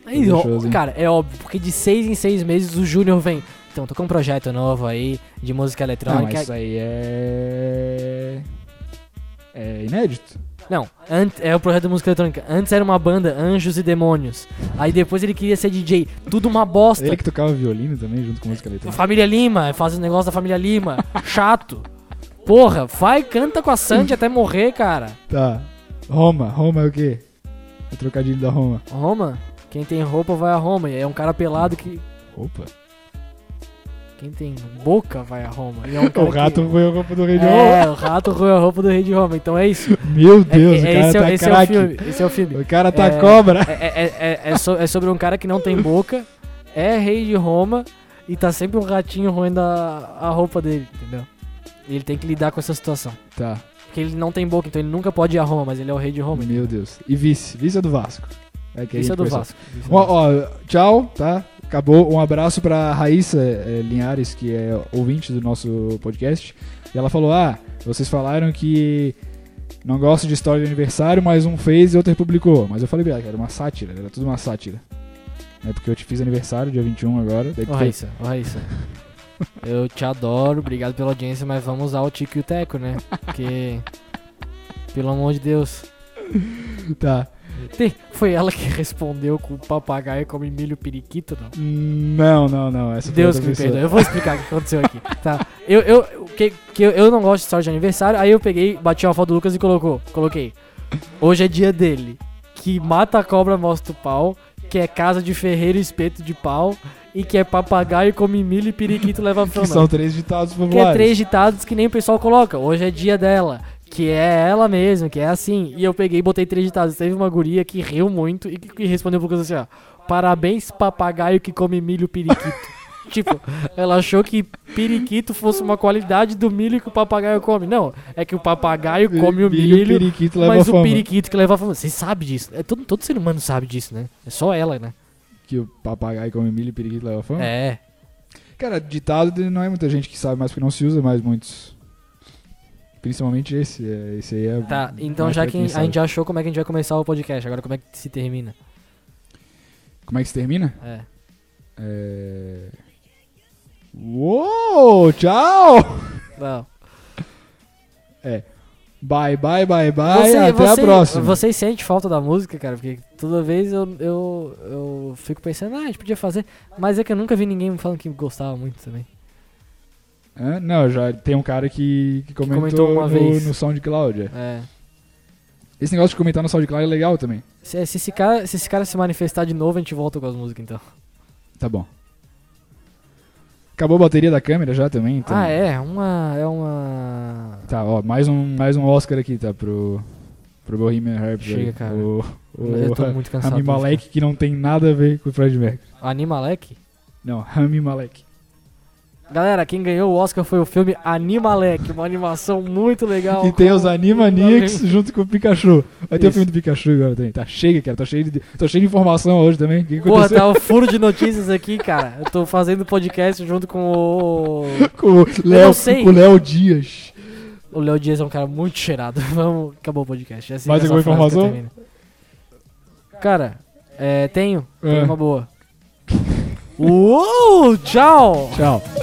Aí, Fazer ó, shows, hein? cara, é óbvio, porque de seis em seis meses o Júnior vem. Então, tô com um projeto novo aí de música Não, é- eletrônica. mas isso aí é... É inédito. Não, ant- é o projeto da música eletrônica. Antes era uma banda, Anjos e Demônios. Aí depois ele queria ser DJ. Tudo uma bosta. Ele que tocava violino também, junto com música eletrônica. Família Lima, faz o negócio da Família Lima. Chato. Porra, vai, canta com a Sandy até morrer, cara. Tá. Roma. Roma é o quê? O trocadilho da Roma. Roma, quem tem roupa vai a Roma. E é um cara pelado que. Opa. Quem tem boca vai a Roma. E é um cara O rato que... foi a roupa do rei de Roma. É, o rato roeu a roupa do rei de Roma. Então é isso. Meu Deus, é, é, o cara esse, é- tá esse é o craque. filme. Esse é o filme. o cara tá É. cobra. É, é- é- é- é so- é sobre um cara que não tem boca, é rei de Roma e tá sempre um ratinho roendo a, a roupa dele, entendeu? E ele tem que lidar com essa situação. Tá. Porque ele não tem boca, então ele nunca pode ir a Roma, mas ele é o rei de Roma. Meu Deus. E vice. Vice é do Vasco. É que a Isso é gente do conheceu. Vasco. Isso é do Ó, Vasco. ó, tchau, tá? Acabou. Um abraço pra Raíssa eh, Linhares, que é ouvinte do nosso podcast. E ela falou: Ah, vocês falaram que não gosta de história de aniversário, mas um fez e outro republicou. Mas eu falei pra ela que era uma sátira, era tudo uma sátira. É porque eu te fiz aniversário, dia 21 agora. Daí tu Ô, fez- Raíssa, ô, Raíssa. Eu te adoro, obrigado pela audiência, mas vamos usar o Tico e o Teco, né? Porque. Pelo amor de Deus. Tá. Tem- Foi ela que respondeu com o papagaio come milho periquito, não? Não, não, não. Essa foi Deus que outra me pessoa. perdoe. Eu vou explicar o que aconteceu aqui. Tá. Eu, eu, que, que eu, eu não gosto de história de aniversário, aí eu peguei, bati uma foto do Lucas e colocou, coloquei. Hoje é dia dele. Que mata a cobra, mostra o pau. Que é casa de ferreiro, espeto de pau. E que é papagaio, come milho e periquito leva Que fama. são três ditados Que é populares. três ditados que nem o pessoal coloca. Hoje é dia dela. Que é ela mesma, que é assim. E eu peguei e botei três ditados. Teve uma guria que riu muito e que, que respondeu pro Lucas assim, ó. Parabéns, papagaio que come milho periquito. tipo, ela achou que periquito fosse uma qualidade do milho que o papagaio come. Não, é que o papagaio come o Milho, milho, periquito leva mas o fama. periquito que leva a fama. Você sabe disso. É, todo, todo ser humano sabe disso, né? É só ela, né? Que o papagaio come milho e periquito leva fama. É. Cara, ditado não é muita gente que sabe mais porque não se usa mais muitos. Principalmente esse. é, Esse aí é. Tá, então mais já pra que quem a sabe. gente achou como é que a gente vai começar o podcast, agora como é que se termina? Como é que se termina? É. É. Uou! Tchau! Não. Bye, bye, bye, bye. até você, a próxima. Vocês sentem falta da música, cara? Porque toda vez eu, eu, eu fico pensando, ah, a gente podia fazer. Mas é que eu nunca vi ninguém falando que gostava muito também. Hã? Não, já tem um cara que, que comentou, comentou uma no, vez. no SoundCloud. é. É. Esse negócio de comentar no SoundCloud é legal também. Se, se esse cara, se esse cara se manifestar de novo, a gente volta com as músicas então. Tá bom. Acabou a bateria da câmera já também? Então. Ah, é? Uma. É uma. Tá, ó, mais um, mais um Oscar aqui, tá? Pro, pro Bohemian Rhapsody. Chega, cara. O, o, eu tô muito cansado. Rami Malek, que não tem nada a ver com o Fred Mercury. Animalek? Não, Rami Malek. Galera, quem ganhou o Oscar foi o filme Animalek, uma animação muito legal. E tem os com- Animaniacs junto com o Pikachu. Vai ter o Isso. filme do Pikachu agora também. Tá chega, cara. Tô cheio de, tô cheio de informação hoje também. O que que Porra, aconteceu tá um furo de notícias aqui, cara. Eu tô fazendo podcast junto com o. com o Léo, tá. não sei. com o Léo Dias? O Léo Dias é um cara muito cheirado. Vamos, acabou o podcast. É assim Mais que essa alguma frase que eu informação? termino. Cara, é, tenho. É. Tenho uma boa. Uou, tchau! Tchau.